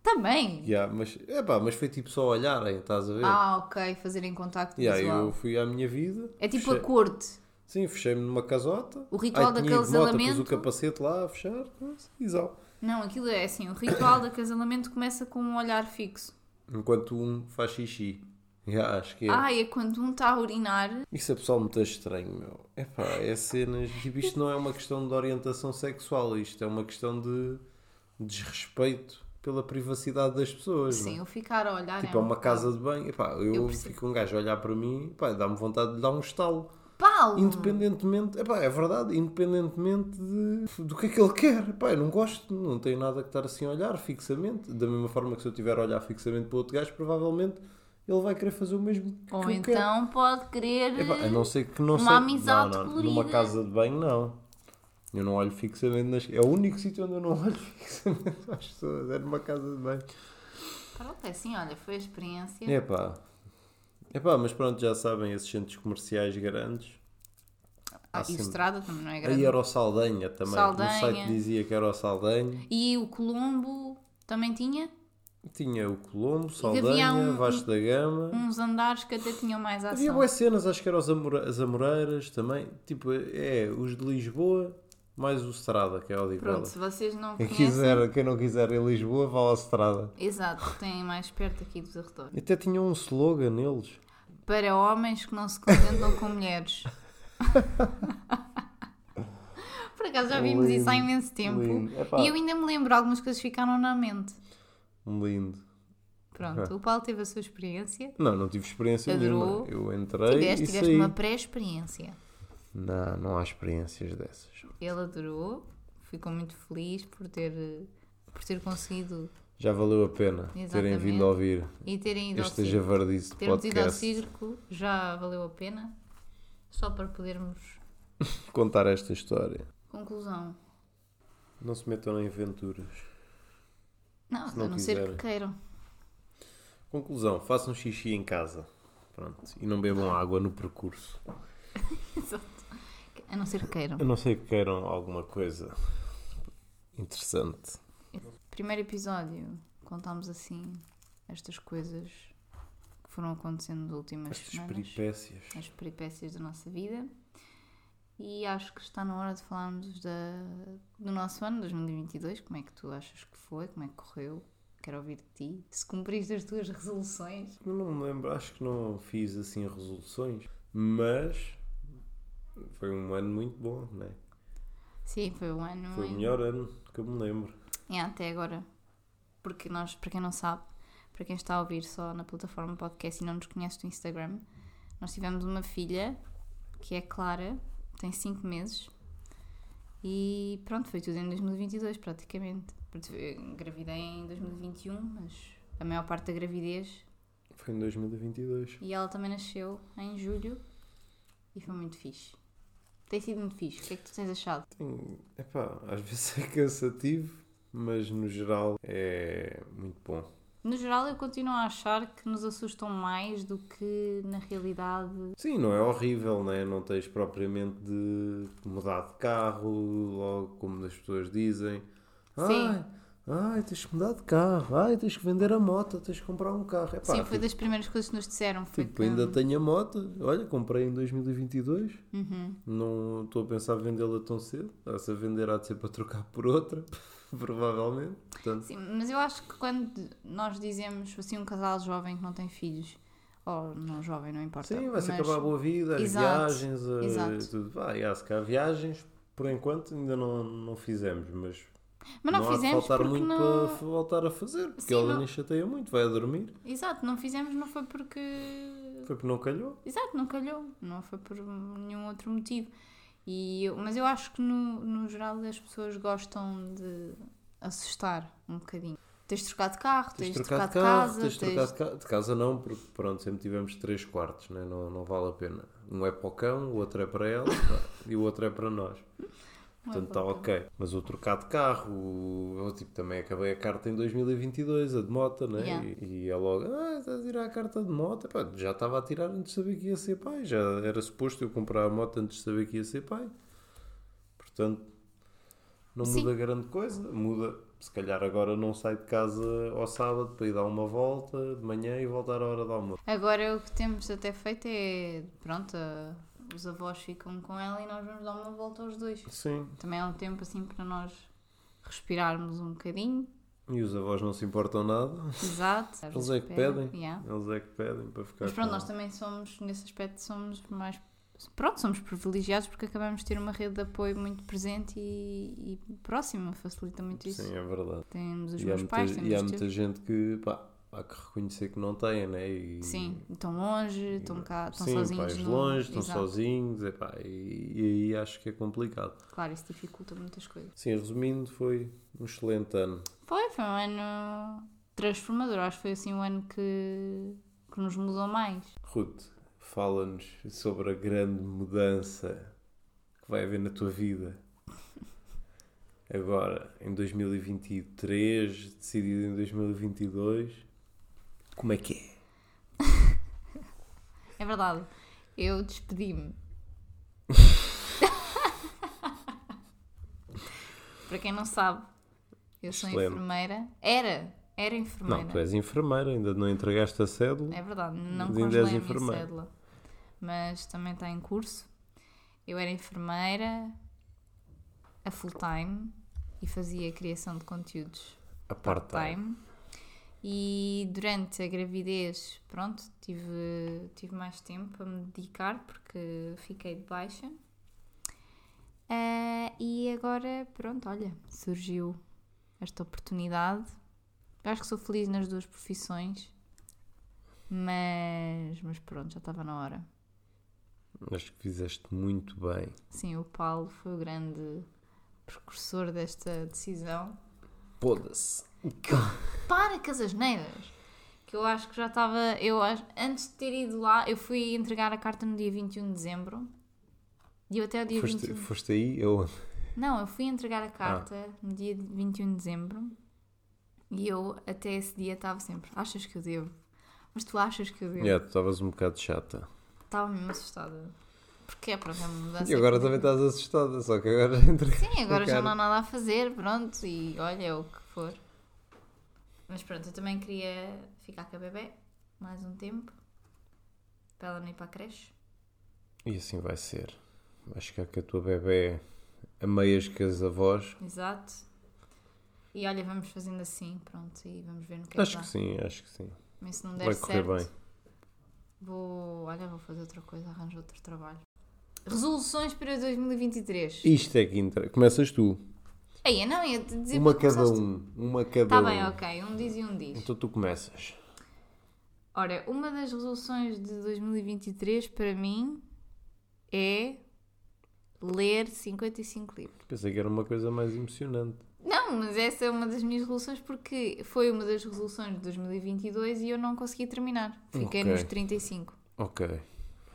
Speaker 1: Também?
Speaker 2: Yeah, mas, epá, mas foi tipo só olharem, estás a ver?
Speaker 1: Ah, ok, fazerem contacto
Speaker 2: Yeah,
Speaker 1: visual.
Speaker 2: eu fui à minha vida.
Speaker 1: É tipo a
Speaker 2: fechei-
Speaker 1: corte.
Speaker 2: Sim, fechei-me numa casota.
Speaker 1: O ritual
Speaker 2: Ai,
Speaker 1: de
Speaker 2: tinha ido de moto, Pus
Speaker 1: acasalamento.
Speaker 2: o capacete lá a fechar. coisa, E zau.
Speaker 1: Não, aquilo é assim, o ritual de acasalamento começa com um olhar fixo.
Speaker 2: Enquanto um faz xixi. Yeah, acho que é.
Speaker 1: Ah, é quando um está a urinar.
Speaker 2: Isso é pessoal muito estranho, meu. Epá, é cenas. Tipo, isto não é uma questão de orientação sexual, isto é uma questão de desrespeito pela privacidade das pessoas.
Speaker 1: Sim,
Speaker 2: não
Speaker 1: eu ficar a olhar.
Speaker 2: é? Tipo,
Speaker 1: é
Speaker 2: é
Speaker 1: um
Speaker 2: uma
Speaker 1: bocado-
Speaker 2: casa de banho. Epá, eu,
Speaker 1: Eu percebo.
Speaker 2: fico um gajo a olhar para mim, epá, dá-me vontade de dar um estalo.
Speaker 1: Paulo!
Speaker 2: Independentemente, epá, é verdade, independentemente de- do que é que ele quer. Epá, eu não gosto, não tenho nada que estar assim a olhar fixamente. Da mesma forma que se eu estiver a olhar fixamente para outro gajo, provavelmente ele vai querer fazer o mesmo que
Speaker 1: Ou
Speaker 2: eu quero.
Speaker 1: então pode querer.
Speaker 2: Epá, a não ser que não
Speaker 1: Uma
Speaker 2: seja.
Speaker 1: amizade
Speaker 2: não, não,
Speaker 1: colorida.
Speaker 2: numa casa de banho, não. Eu não olho fixamente nas. É o único sítio onde eu não olho fixamente às pessoas. É numa casa de banho.
Speaker 1: Pronto, é assim, olha, foi a experiência.
Speaker 2: É pá. É pá, mas pronto, já sabem, esses centros comerciais grandes.
Speaker 1: ah, e o
Speaker 2: assim.
Speaker 1: Estrada também não é grande.
Speaker 2: Aí era o Saldanha também.
Speaker 1: Saldanha.
Speaker 2: No site dizia que era o Saldanha.
Speaker 1: E o Colombo também tinha
Speaker 2: Tinha o Colombo,
Speaker 1: havia
Speaker 2: Saldanha,
Speaker 1: um-
Speaker 2: Vasco da Gama.
Speaker 1: uns andares que até tinham mais ação.
Speaker 2: Havia boas cenas, acho que eram os Amora- as Amoreiras também. Tipo, é os de Lisboa, mais o Strada, que é o de
Speaker 1: Pronto,
Speaker 2: Ibela.
Speaker 1: se vocês não
Speaker 2: Quem,
Speaker 1: conhecem.
Speaker 2: quiser, quem não quiser em Lisboa, vá ao Strada.
Speaker 1: Exato, têm mais perto aqui dos arredores.
Speaker 2: Até tinham um slogan neles.
Speaker 1: Para homens que não se contentam com mulheres. Por acaso já vimos isso há
Speaker 2: É Lindo,
Speaker 1: imenso tempo.
Speaker 2: lindo. É Epá.
Speaker 1: E eu ainda me lembro, algumas coisas ficaram na mente.
Speaker 2: um Lindo.
Speaker 1: Pronto, o Paulo teve a sua experiência.
Speaker 2: Não, não tive experiência
Speaker 1: Adorou.
Speaker 2: nenhuma. Eu entrei
Speaker 1: Tiveste,
Speaker 2: e
Speaker 1: tiveste
Speaker 2: saí.
Speaker 1: uma pré-experiência.
Speaker 2: Não, não há experiências dessas.
Speaker 1: Ele adorou, ficou muito feliz por ter, eh, por ter conseguido
Speaker 2: Já valeu a pena terem
Speaker 1: Exatamente.
Speaker 2: vindo ouvir
Speaker 1: e terem ido
Speaker 2: este
Speaker 1: ao circo.
Speaker 2: javardice de
Speaker 1: Termos ido ao
Speaker 2: podcast.
Speaker 1: circo já valeu a pena, só para podermos.
Speaker 2: Contar esta história.
Speaker 1: Conclusão.
Speaker 2: Não se metam em aventuras.
Speaker 1: Não,
Speaker 2: Se não
Speaker 1: a não ser que
Speaker 2: quiserem.
Speaker 1: queiram.
Speaker 2: Conclusão, façam xixi em casa. Pronto. E não bebam água no percurso.
Speaker 1: A não ser que queiram.
Speaker 2: A não ser que queiram alguma coisa interessante.
Speaker 1: Primeiro episódio, contámos assim estas coisas que foram acontecendo nas últimas
Speaker 2: Estas
Speaker 1: semanas.
Speaker 2: peripécias.
Speaker 1: as peripécias da nossa vida e acho que está na hora de falarmos da, do nosso ano 2022, como é que tu achas que foi, como é que correu, quero ouvir de ti, se cumpriste as tuas resoluções.
Speaker 2: Eu não me lembro, acho que não fiz assim resoluções, mas foi um ano muito bom, né?
Speaker 1: Sim, foi o ano
Speaker 2: Foi o
Speaker 1: em-
Speaker 2: melhor ano que eu me lembro.
Speaker 1: É, até agora, porque nós, para quem não sabe, para quem está a ouvir só na plataforma podcast e não nos conhece do Instagram, nós tivemos uma filha que é Clara, tem 5 meses e pronto, foi tudo em 2022 praticamente. Porque eu Engravidei em 2021, mas a maior parte da gravidez
Speaker 2: Foi em 2022.
Speaker 1: e ela também nasceu em julho e foi muito fixe. Tem sido muito fixe, o que é que tu tens achado?
Speaker 2: Tenho, epá, às vezes é cansativo, mas no geral é muito bom.
Speaker 1: No geral, eu continuo a achar que nos assustam mais do que na realidade
Speaker 2: Sim, não é horrível, né? Não tens propriamente de mudar de carro, logo como as pessoas dizem.
Speaker 1: Sim.
Speaker 2: Ai, ai, tens que mudar de carro, ai, tens que vender a moto, tens que comprar um carro. Epá,
Speaker 1: Sim, foi
Speaker 2: tipo,
Speaker 1: das primeiras coisas que nos disseram. Foi
Speaker 2: Tipo,
Speaker 1: que,
Speaker 2: ainda tenho a moto. Olha, comprei em 2022.
Speaker 1: Uhum.
Speaker 2: Não estou a pensar vendê-la tão cedo. Ah, Se a vender, há de ser para trocar por outra, provavelmente. Portanto,
Speaker 1: Sim, mas eu acho que quando nós dizemos assim um casal jovem que não tem filhos, ou não jovem, não importa.
Speaker 2: sim, vai-se
Speaker 1: Então, mas
Speaker 2: acabar a boa vida, as
Speaker 1: Exato,
Speaker 2: viagens, a-
Speaker 1: exato.
Speaker 2: tudo. Vá, e há, se calhar, viagens, por enquanto, ainda não, não fizemos, mas,
Speaker 1: Mas não,
Speaker 2: há de
Speaker 1: fizemos
Speaker 2: faltar
Speaker 1: porque
Speaker 2: muito
Speaker 1: não...
Speaker 2: para voltar a fazer, porque
Speaker 1: Sim,
Speaker 2: ela
Speaker 1: não-
Speaker 2: nem chateia muito, vai a dormir.
Speaker 1: Exato, não fizemos não foi porque...
Speaker 2: Foi porque não calhou.
Speaker 1: Exato, não calhou. Não foi por nenhum outro motivo. E eu- Mas eu acho que no, no geral as pessoas gostam de assustar um bocadinho. Tens de trocar de carro, tens, de trocar de, casa,
Speaker 2: tens de trocar de casa. De casa não, porque pronto, sempre tivemos três quartos, né? não, não vale a pena. Um é para o cão, o outro é para ela e o outro é para nós. Portanto, está
Speaker 1: volta.
Speaker 2: ok. Mas o trocar de carro, o- eu tipo, também acabei a carta em 2022, a de moto, né?
Speaker 1: Yeah.
Speaker 2: E, e é logo, ah, estás a tirar a carta de moto. Pá, já estava a tirar antes de saber que ia ser pai. Já era suposto eu comprar a moto antes de saber que ia ser pai. Portanto, não
Speaker 1: Sim.
Speaker 2: muda grande coisa. Muda, se calhar agora não sai de casa ao sábado para ir dar uma volta de manhã e voltar à hora do almoço.
Speaker 1: Agora o que temos até feito é. Pronto, a- os avós ficam com ela e nós vamos dar uma volta aos dois.
Speaker 2: Sim.
Speaker 1: Também é um tempo assim para nós respirarmos um bocadinho.
Speaker 2: E os avós não se importam nada.
Speaker 1: Exato.
Speaker 2: Eles é que
Speaker 1: Espera,
Speaker 2: pedem.
Speaker 1: yeah.
Speaker 2: Eles é que pedem para ficar
Speaker 1: Mas pronto,
Speaker 2: com
Speaker 1: nós também somos, nesse aspecto, somos mais. Pronto, somos privilegiados porque acabamos de ter uma rede de apoio muito presente e, e próxima, facilita muito isso.
Speaker 2: Sim, é verdade.
Speaker 1: Temos os
Speaker 2: E há,
Speaker 1: meus
Speaker 2: muita,
Speaker 1: pais,
Speaker 2: e
Speaker 1: temos
Speaker 2: há
Speaker 1: os
Speaker 2: muita
Speaker 1: teus.
Speaker 2: gente que pá, há que reconhecer que não têm, né? E,
Speaker 1: Sim, estão longe, estão cá, estão
Speaker 2: Sim,
Speaker 1: sozinhos.
Speaker 2: pais
Speaker 1: no-
Speaker 2: longe, estão
Speaker 1: Exato.
Speaker 2: sozinhos, epá, e, e aí acho que é complicado.
Speaker 1: Claro, isso dificulta muitas coisas.
Speaker 2: Sim, resumindo, foi um excelente ano.
Speaker 1: Foi, foi um ano transformador. Acho que foi assim o ano que, que nos mudou mais.
Speaker 2: Ruth, fala-nos sobre a grande mudança que vai haver na tua vida. Agora, em 2023, decidido em 2022, como é que é?
Speaker 1: É verdade. Eu despedi-me. Para quem não sabe, eu sou
Speaker 2: Excelente.
Speaker 1: enfermeira. Era, era enfermeira.
Speaker 2: Não, tu és enfermeira, ainda não entregaste a cédula.
Speaker 1: né? É verdade, não
Speaker 2: Mas ainda és
Speaker 1: congelei a minha
Speaker 2: enfermeira.
Speaker 1: cédula. Mas também está em curso. Eu era enfermeira a full time e fazia criação de conteúdos
Speaker 2: a part-time.
Speaker 1: part-time. E durante a gravidez, pronto, tive, tive mais tempo a me dedicar porque fiquei de baixa. Ah, e agora, pronto, olha, surgiu esta oportunidade. Eu acho que sou feliz nas duas profissões, mas, mas pronto, já estava na hora.
Speaker 2: Acho que fizeste muito bem.
Speaker 1: Sim, o Paulo foi o grande precursor desta decisão.
Speaker 2: Poda-se.
Speaker 1: para com as asneiras. Que eu acho que já estava. Eu acho- antes de ter ido lá, eu fui entregar a carta no dia 21 de dezembro. E eu até o dia
Speaker 2: Foste, Ah.
Speaker 1: 21.
Speaker 2: foste aí? Eu...
Speaker 1: Não, eu fui entregar a carta no dia de 21 de dezembro. E eu até esse dia estava sempre. Achas que eu devo? Mas tu achas que eu devo?
Speaker 2: Yeah, tu estavas um bocado chata.
Speaker 1: Estava mesmo assustada. Porque é, pronto, é uma mudança.
Speaker 2: E agora
Speaker 1: que-
Speaker 2: também estás assustada, só que agora entre...
Speaker 1: Sim, agora já
Speaker 2: cara.
Speaker 1: não há nada a fazer, pronto, e olha é o que for. Mas pronto, eu também queria ficar com a bebê mais um tempo para ela não ir para a creche.
Speaker 2: E assim vai ser. Vai chegar que a tua bebê a meias que as avós.
Speaker 1: Exato. E olha, vamos fazendo assim, pronto, e vamos ver no que é que
Speaker 2: Acho
Speaker 1: dá.
Speaker 2: que sim, acho que sim.
Speaker 1: Mas se não der
Speaker 2: vai correr
Speaker 1: certo,
Speaker 2: bem.
Speaker 1: vou, olha, vou fazer outra coisa, arranjo outro trabalho. Resoluções para 2023.
Speaker 2: Isto é que entra. Começas tu.
Speaker 1: Aí, não, ia te dizer
Speaker 2: uma
Speaker 1: porque
Speaker 2: cada
Speaker 1: começaste-
Speaker 2: um. Uma cada
Speaker 1: Tá
Speaker 2: um.
Speaker 1: bem, ok, um diz e um diz.
Speaker 2: Então tu começas.
Speaker 1: Ora, uma das resoluções de 2023 para mim é ler 55 livros.
Speaker 2: Pensei que era uma coisa mais emocionante.
Speaker 1: Não, mas essa é uma das minhas resoluções porque foi uma das resoluções de 2022 e eu não consegui terminar. Fiquei
Speaker 2: Ok.
Speaker 1: nos 35.
Speaker 2: Ok.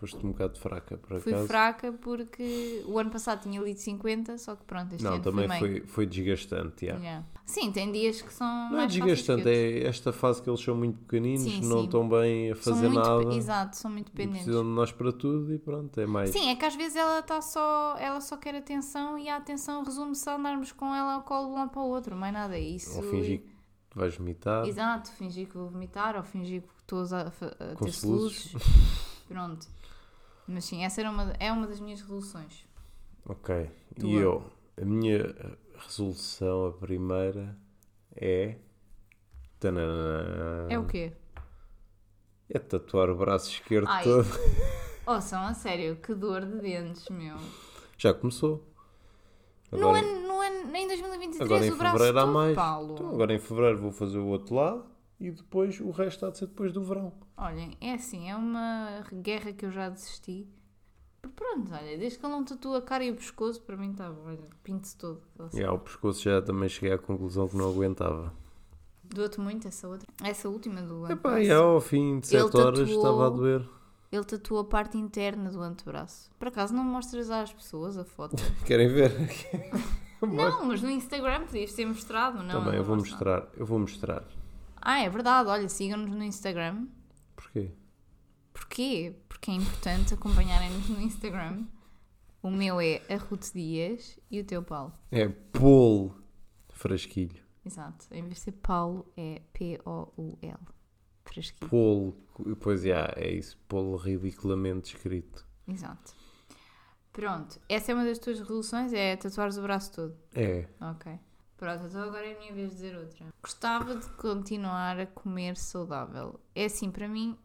Speaker 2: Foste um bocado fraca, por
Speaker 1: Fui
Speaker 2: acaso.
Speaker 1: fraca porque o ano passado tinha lido 50, só que pronto, este
Speaker 2: Não,
Speaker 1: ano
Speaker 2: também
Speaker 1: meio.
Speaker 2: foi, foi desgastante. Yeah.
Speaker 1: Yeah. Sim, tem dias que são
Speaker 2: Não é
Speaker 1: mais fáceis
Speaker 2: desgastante,
Speaker 1: que outros.
Speaker 2: é esta fase que eles são muito pequeninos,
Speaker 1: Sim,
Speaker 2: não
Speaker 1: sim.
Speaker 2: estão bem a
Speaker 1: São
Speaker 2: fazer
Speaker 1: muito-
Speaker 2: nada,
Speaker 1: Exato, são muito
Speaker 2: e
Speaker 1: dependentes.
Speaker 2: precisam de nós para tudo e pronto, é mais.
Speaker 1: Sim, é que às vezes ela tá só, ela só quer atenção e a atenção resume-se a andarmos com ela ao colo de um para o outro, mais nada. Isso.
Speaker 2: Ou um fingir que tá. vais vomitar,
Speaker 1: Exato, fingir que vou vomitar ou fingir que estou a, usar- a fa- a
Speaker 2: Com
Speaker 1: ter
Speaker 2: soluços.
Speaker 1: soluços. Pronto. Mas sim, essa era uma, é uma das minhas resoluções.
Speaker 2: ok.
Speaker 1: Tua.
Speaker 2: E eu, a minha resolução, a primeira, é. Tananã.
Speaker 1: É o quê?
Speaker 2: É tatuar o braço esquerdo
Speaker 1: Ai.
Speaker 2: todo.
Speaker 1: Ouçam, Oh, a sério, que dor de dentes, meu.
Speaker 2: Já começou.
Speaker 1: No
Speaker 2: Agora,
Speaker 1: ano, no ano, em 2023,
Speaker 2: agora em
Speaker 1: o braço
Speaker 2: fevereiro há
Speaker 1: todo,
Speaker 2: mais.
Speaker 1: Paulo.
Speaker 2: Então, agora em fevereiro vou fazer o outro lado e depois o resto há de ser depois do verão.
Speaker 1: Olhem, é assim, é uma guerra que eu já desisti. Porque Pronto, olha, desde que ele não tatua a cara e o pescoço, para mim está bom, olha, pinte-se todo.
Speaker 2: E ao pescoço já também cheguei à conclusão que não aguentava.
Speaker 1: Doa-te muito essa outra. Essa última do ano.
Speaker 2: Epá,
Speaker 1: passado.
Speaker 2: e ao fim de
Speaker 1: Ele
Speaker 2: 7 horas
Speaker 1: tatuou-
Speaker 2: estava a doer.
Speaker 1: ele tatuou a parte interna do antebraço. Por acaso não mostras às pessoas a foto?
Speaker 2: Querem ver?
Speaker 1: não, mas no Instagram podias ter mostrado, não?
Speaker 2: Também,
Speaker 1: não
Speaker 2: eu vou
Speaker 1: mostra.
Speaker 2: mostrar. Eu vou mostrar.
Speaker 1: Ah, é verdade, olha, sigam-nos no Instagram.
Speaker 2: Porquê?
Speaker 1: Porquê? Porque é importante acompanharem-nos no Instagram. O meu é a Ruth Dias e o teu Paulo.
Speaker 2: É Polo Frasquilho.
Speaker 1: Exato. Em vez de ser Paulo, é P-O-U-L. Fresquinho.
Speaker 2: Polo. Pois é, é isso. Polo ridiculamente escrito.
Speaker 1: Exato. Pronto. Essa é uma das tuas resoluções, é tatuares o braço todo.
Speaker 2: É.
Speaker 1: Ok. Pronto, então agora é a minha vez de dizer outra. Gostava de continuar a comer saudável. É assim, para mim...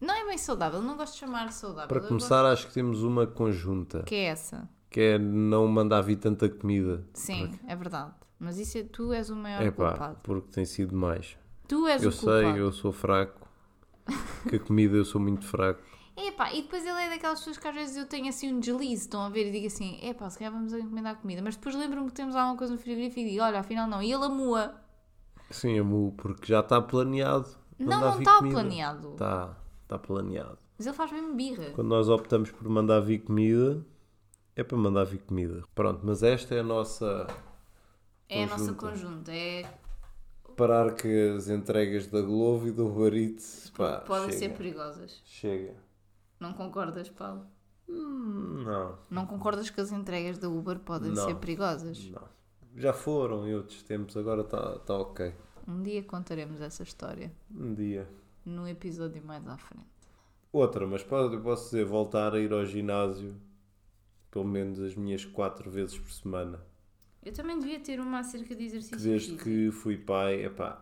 Speaker 1: Não é bem saudável, não gosto de chamar saudável.
Speaker 2: Para
Speaker 1: eu
Speaker 2: começar, acho que temos uma conjunta.
Speaker 1: gosto- Que é essa.
Speaker 2: Que é não mandar vir tanta comida.
Speaker 1: Sim, é verdade. Mas isso é, tu és o maior
Speaker 2: É pá,
Speaker 1: culpado.
Speaker 2: porque tem sido mais.
Speaker 1: Tu és
Speaker 2: eu
Speaker 1: o culpado.
Speaker 2: sei, eu sou fraco. Que a comida eu sou muito fraco.
Speaker 1: Epá, e depois ele é daquelas pessoas que às vezes eu tenho assim um deslize, estão a ver e digo assim, epá, se calhar vamos encomendar comida, mas depois lembro-me que temos alguma coisa no frigorífico e digo, olha, afinal não, e ele amua.
Speaker 2: Sim, amor, porque já está planeado.
Speaker 1: Não,
Speaker 2: mandar
Speaker 1: não
Speaker 2: vir
Speaker 1: está
Speaker 2: comida. Tá.
Speaker 1: planeado.
Speaker 2: Está, está planeado.
Speaker 1: Mas ele faz mesmo birra.
Speaker 2: Quando nós optamos por mandar vir comida, é para mandar vir comida. Pronto, mas esta é a nossa.
Speaker 1: É a nossa
Speaker 2: Conjunta.
Speaker 1: conjunta, é,
Speaker 2: Parar que as entregas da Globo e do Uber Eats, pá,
Speaker 1: podem
Speaker 2: chega.
Speaker 1: ser perigosas.
Speaker 2: Chega.
Speaker 1: Não concordas, Paulo?
Speaker 2: Não,
Speaker 1: Não concordas que as entregas da Uber podem
Speaker 2: Não.
Speaker 1: ser perigosas?
Speaker 2: não. Já foram em outros tempos, agora está tá ok.
Speaker 1: Um dia contaremos essa história,
Speaker 2: Um dia.
Speaker 1: num episódio mais à frente.
Speaker 2: Outra, mas pode, eu posso dizer, voltar a ir ao ginásio pelo menos as minhas quatro vezes por semana.
Speaker 1: Eu também devia ter uma acerca de
Speaker 2: Que
Speaker 1: exercício
Speaker 2: desde
Speaker 1: físico.
Speaker 2: que fui pai, epá,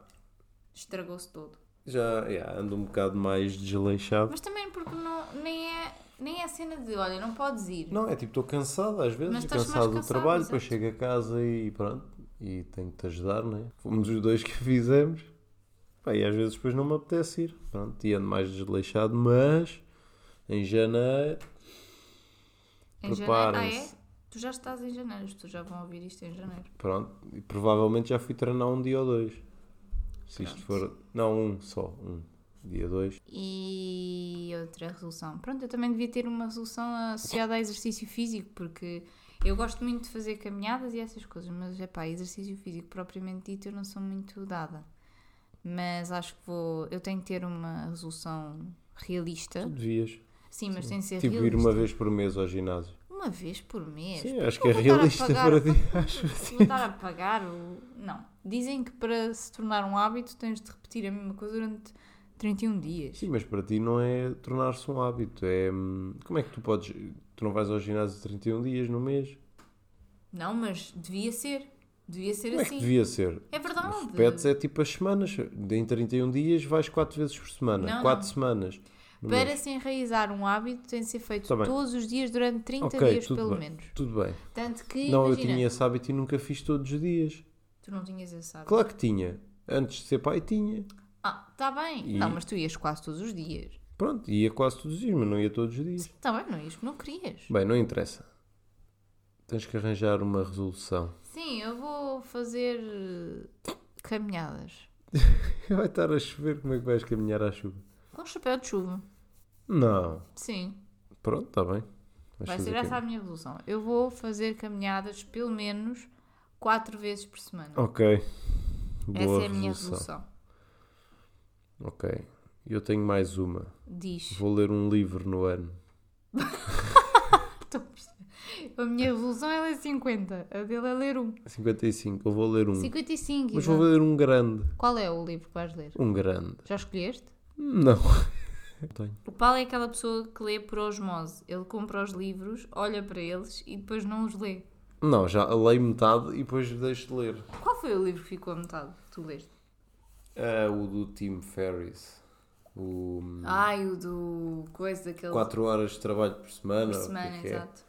Speaker 1: Estragou-se todo.
Speaker 2: já yeah, ando um bocado mais desleixado.
Speaker 1: Mas também porque não, nem, é, nem é a cena de olha, não podes ir.
Speaker 2: Não, é tipo, estou cansado às vezes,
Speaker 1: Mas
Speaker 2: e
Speaker 1: estás mais
Speaker 2: cansado do
Speaker 1: cansado,
Speaker 2: trabalho, depois
Speaker 1: exato.
Speaker 2: chego a casa e pronto, e tenho que te ajudar, não é? Fomos os dois que fizemos. Pá, e às vezes depois não me apetece ir, pronto, e ando mais desleixado, mas em janeiro,
Speaker 1: em janeiro. Ah,
Speaker 2: preparem-se.
Speaker 1: é? Tu já estás em janeiro, as pessoas já vão ouvir isto em janeiro.
Speaker 2: pronto, e provavelmente já fui treinar um dia ou dois. Se isto
Speaker 1: Pronto.
Speaker 2: for, não, um só, um dia dois.
Speaker 1: E outra resolução. Pronto, eu também devia ter uma resolução associada a exercício físico, porque eu gosto muito de fazer caminhadas e essas coisas, mas é pá, exercício físico propriamente dito eu não sou muito dada. Mas acho que vou. Eu tenho que ter uma resolução realista.
Speaker 2: Devias.
Speaker 1: Sim, mas tem que ser
Speaker 2: Tipo, ir
Speaker 1: É realista.
Speaker 2: uma vez por mês ao ginásio.
Speaker 1: Uma vez por mês.
Speaker 2: Sim, acho que
Speaker 1: Porque
Speaker 2: é
Speaker 1: eu vou estar a
Speaker 2: realista
Speaker 1: pagar-
Speaker 2: para ti. Acho.
Speaker 1: Vou estar a pagar o. Não. Dizem que para se tornar um hábito tens de repetir a mesma coisa durante 31 dias.
Speaker 2: Sim, mas para ti não é tornar-se um hábito. É hum, como é que tu podes. Tu não vais ao ginásio 31 dias no mês?
Speaker 1: Não, mas devia ser. Devia ser
Speaker 2: Como é que
Speaker 1: assim.
Speaker 2: devia ser?
Speaker 1: É verdade.
Speaker 2: Repetes é tipo as semanas. Em 31 dias vais 4 vezes por semana.
Speaker 1: Não,
Speaker 2: 4
Speaker 1: não.
Speaker 2: semanas. no mês.
Speaker 1: Para se enraizar um hábito tem de ser feito
Speaker 2: é Tá bem.
Speaker 1: todos os dias durante 30
Speaker 2: Ok,
Speaker 1: dias,
Speaker 2: tudo
Speaker 1: pelo
Speaker 2: bem.
Speaker 1: menos.
Speaker 2: Tudo bem.
Speaker 1: Tanto que.
Speaker 2: Não, eu
Speaker 1: imagina,
Speaker 2: tinha esse hábito e nunca fiz todos os dias.
Speaker 1: Tu não tinhas esse hábito.
Speaker 2: Claro que tinha. Antes de ser pai, tinha.
Speaker 1: Ah, está bem.
Speaker 2: E-
Speaker 1: Não, mas tu ias quase todos os dias.
Speaker 2: Pronto, ia quase todos os dias, mas não ia todos os dias.
Speaker 1: Está bem, não ias porque não querias.
Speaker 2: Bem, não interessa. Tens que arranjar uma resolução.
Speaker 1: Sim, eu vou fazer eh, caminhadas.
Speaker 2: Vai estar a chover, como é que vais caminhar à chuva?
Speaker 1: Com chapéu de chuva.
Speaker 2: Não.
Speaker 1: Sim.
Speaker 2: Pronto, está bem. Vais
Speaker 1: Vai
Speaker 2: fazer
Speaker 1: ser
Speaker 2: o quê?
Speaker 1: essa a minha resolução. Eu vou fazer caminhadas pelo menos 4 vezes por semana.
Speaker 2: Ok.
Speaker 1: essa é a minha resolução.
Speaker 2: Ok. Eu tenho mais uma.
Speaker 1: Diz.
Speaker 2: Vou ler um livro no ano.
Speaker 1: Estou a perceber. A minha resolução ela é 50. A dele é ler um.
Speaker 2: 55. Eu vou ler um.
Speaker 1: 55.
Speaker 2: Mas
Speaker 1: exato.
Speaker 2: vou ler um grande.
Speaker 1: Qual é o livro que vais ler?
Speaker 2: Um grande.
Speaker 1: Já escolheste?
Speaker 2: Não. Não tenho.
Speaker 1: O Paulo é aquela pessoa que lê por osmose. Ele compra os livros, olha para eles e depois não os lê.
Speaker 2: Não, já leio metade e depois deixo de ler.
Speaker 1: Qual foi o livro que ficou a metade que tu leste?
Speaker 2: Ah, o do Tim Ferriss. O hum,
Speaker 1: Ai, o do coisa daquele
Speaker 2: 4 horas de trabalho por semana.
Speaker 1: por
Speaker 2: ou o que
Speaker 1: semana,
Speaker 2: é que é.
Speaker 1: exato.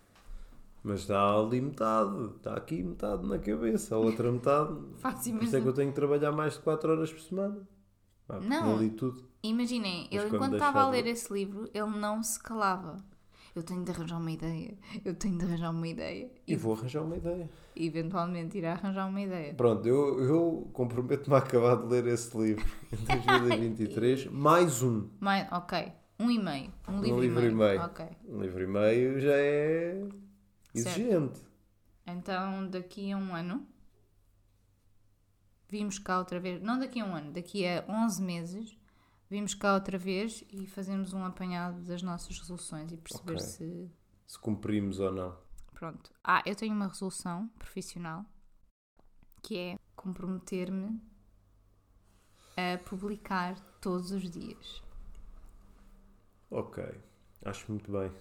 Speaker 2: Mas está ali metade. Está aqui metade na cabeça. A outra metade.
Speaker 1: Faz
Speaker 2: Por isso é
Speaker 1: imenso
Speaker 2: que eu tenho que trabalhar mais de 4 horas por semana. Ah, porque
Speaker 1: Não.
Speaker 2: li tudo.
Speaker 1: Imaginem,
Speaker 2: Mas
Speaker 1: ele
Speaker 2: quando
Speaker 1: enquanto
Speaker 2: deixar
Speaker 1: estava a
Speaker 2: de-
Speaker 1: ler esse livro, ele não se calava. Eu tenho de arranjar uma ideia, eu tenho de arranjar uma ideia.
Speaker 2: E vou arranjar uma ideia.
Speaker 1: E eventualmente irá arranjar uma ideia.
Speaker 2: Pronto, eu, eu comprometo-me a acabar de ler esse livro em 2023. mais um.
Speaker 1: Mas, ok, Um e meio. Um livro,
Speaker 2: livro e meio.
Speaker 1: Ok.
Speaker 2: Um livro e meio já é
Speaker 1: Certo.
Speaker 2: exigente.
Speaker 1: Então, daqui a um ano, vimos cá outra vez, não daqui a um ano, daqui a 11 meses, vimos cá outra vez e fazemos um apanhado das nossas resoluções e perceber
Speaker 2: Ok.
Speaker 1: se.
Speaker 2: Se cumprimos ou não.
Speaker 1: Pronto. Ah, eu tenho uma resolução profissional que é comprometer-me a publicar todos os dias.
Speaker 2: Ok. Acho muito bem.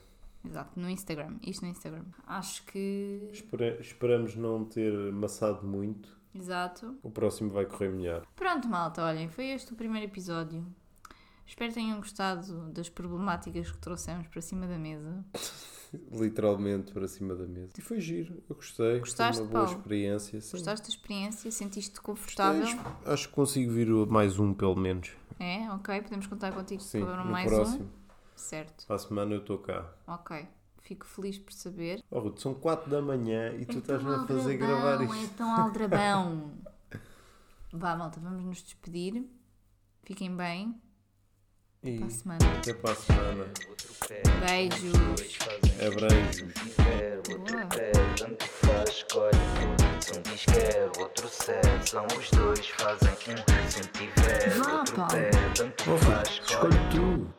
Speaker 1: Exato, no Instagram. Isto no Instagram. Acho que.
Speaker 2: Espera- esperamos não ter amassado muito.
Speaker 1: Exato.
Speaker 2: O próximo vai correr melhor.
Speaker 1: Pronto, malta, olhem, foi este o primeiro episódio. Espero que tenham gostado das problemáticas que trouxemos para cima da mesa.
Speaker 2: Literalmente para cima da mesa. E foi giro. Eu gostei.
Speaker 1: Gostaste,
Speaker 2: foi uma boa
Speaker 1: Paulo?
Speaker 2: experiência. Sim.
Speaker 1: Gostaste da experiência? Sentiste-te confortável?
Speaker 2: Acho- Acho que consigo vir o- mais um, pelo menos.
Speaker 1: É, ok, podemos contar contigo
Speaker 2: Sim,
Speaker 1: para
Speaker 2: no
Speaker 1: mais
Speaker 2: próximo.
Speaker 1: um. Certo,
Speaker 2: Para a semana eu estou cá.
Speaker 1: ok. Fico feliz por saber.
Speaker 2: Oh, Ruth, são 4 da manhã e tu estás-me a fazer
Speaker 1: É aldrabão,
Speaker 2: gravar isto.
Speaker 1: É tão aldrabão. Vá, malta, vamos nos despedir. Fiquem bem.
Speaker 2: E
Speaker 1: Para a semana.
Speaker 2: até para é a semana. É
Speaker 3: outro pé.
Speaker 1: Beijos.
Speaker 2: Abraços.
Speaker 3: Quer outro pé, tanto faz, escolhe tudo. Se um diz quer, outro serve. São os dois, fazem um. Se um tiver
Speaker 1: Vá,
Speaker 3: outro
Speaker 1: Paulo.
Speaker 3: pé, tanto
Speaker 2: Oh,
Speaker 3: faz,
Speaker 2: Ruth,
Speaker 3: escolhe
Speaker 2: escolhe tu.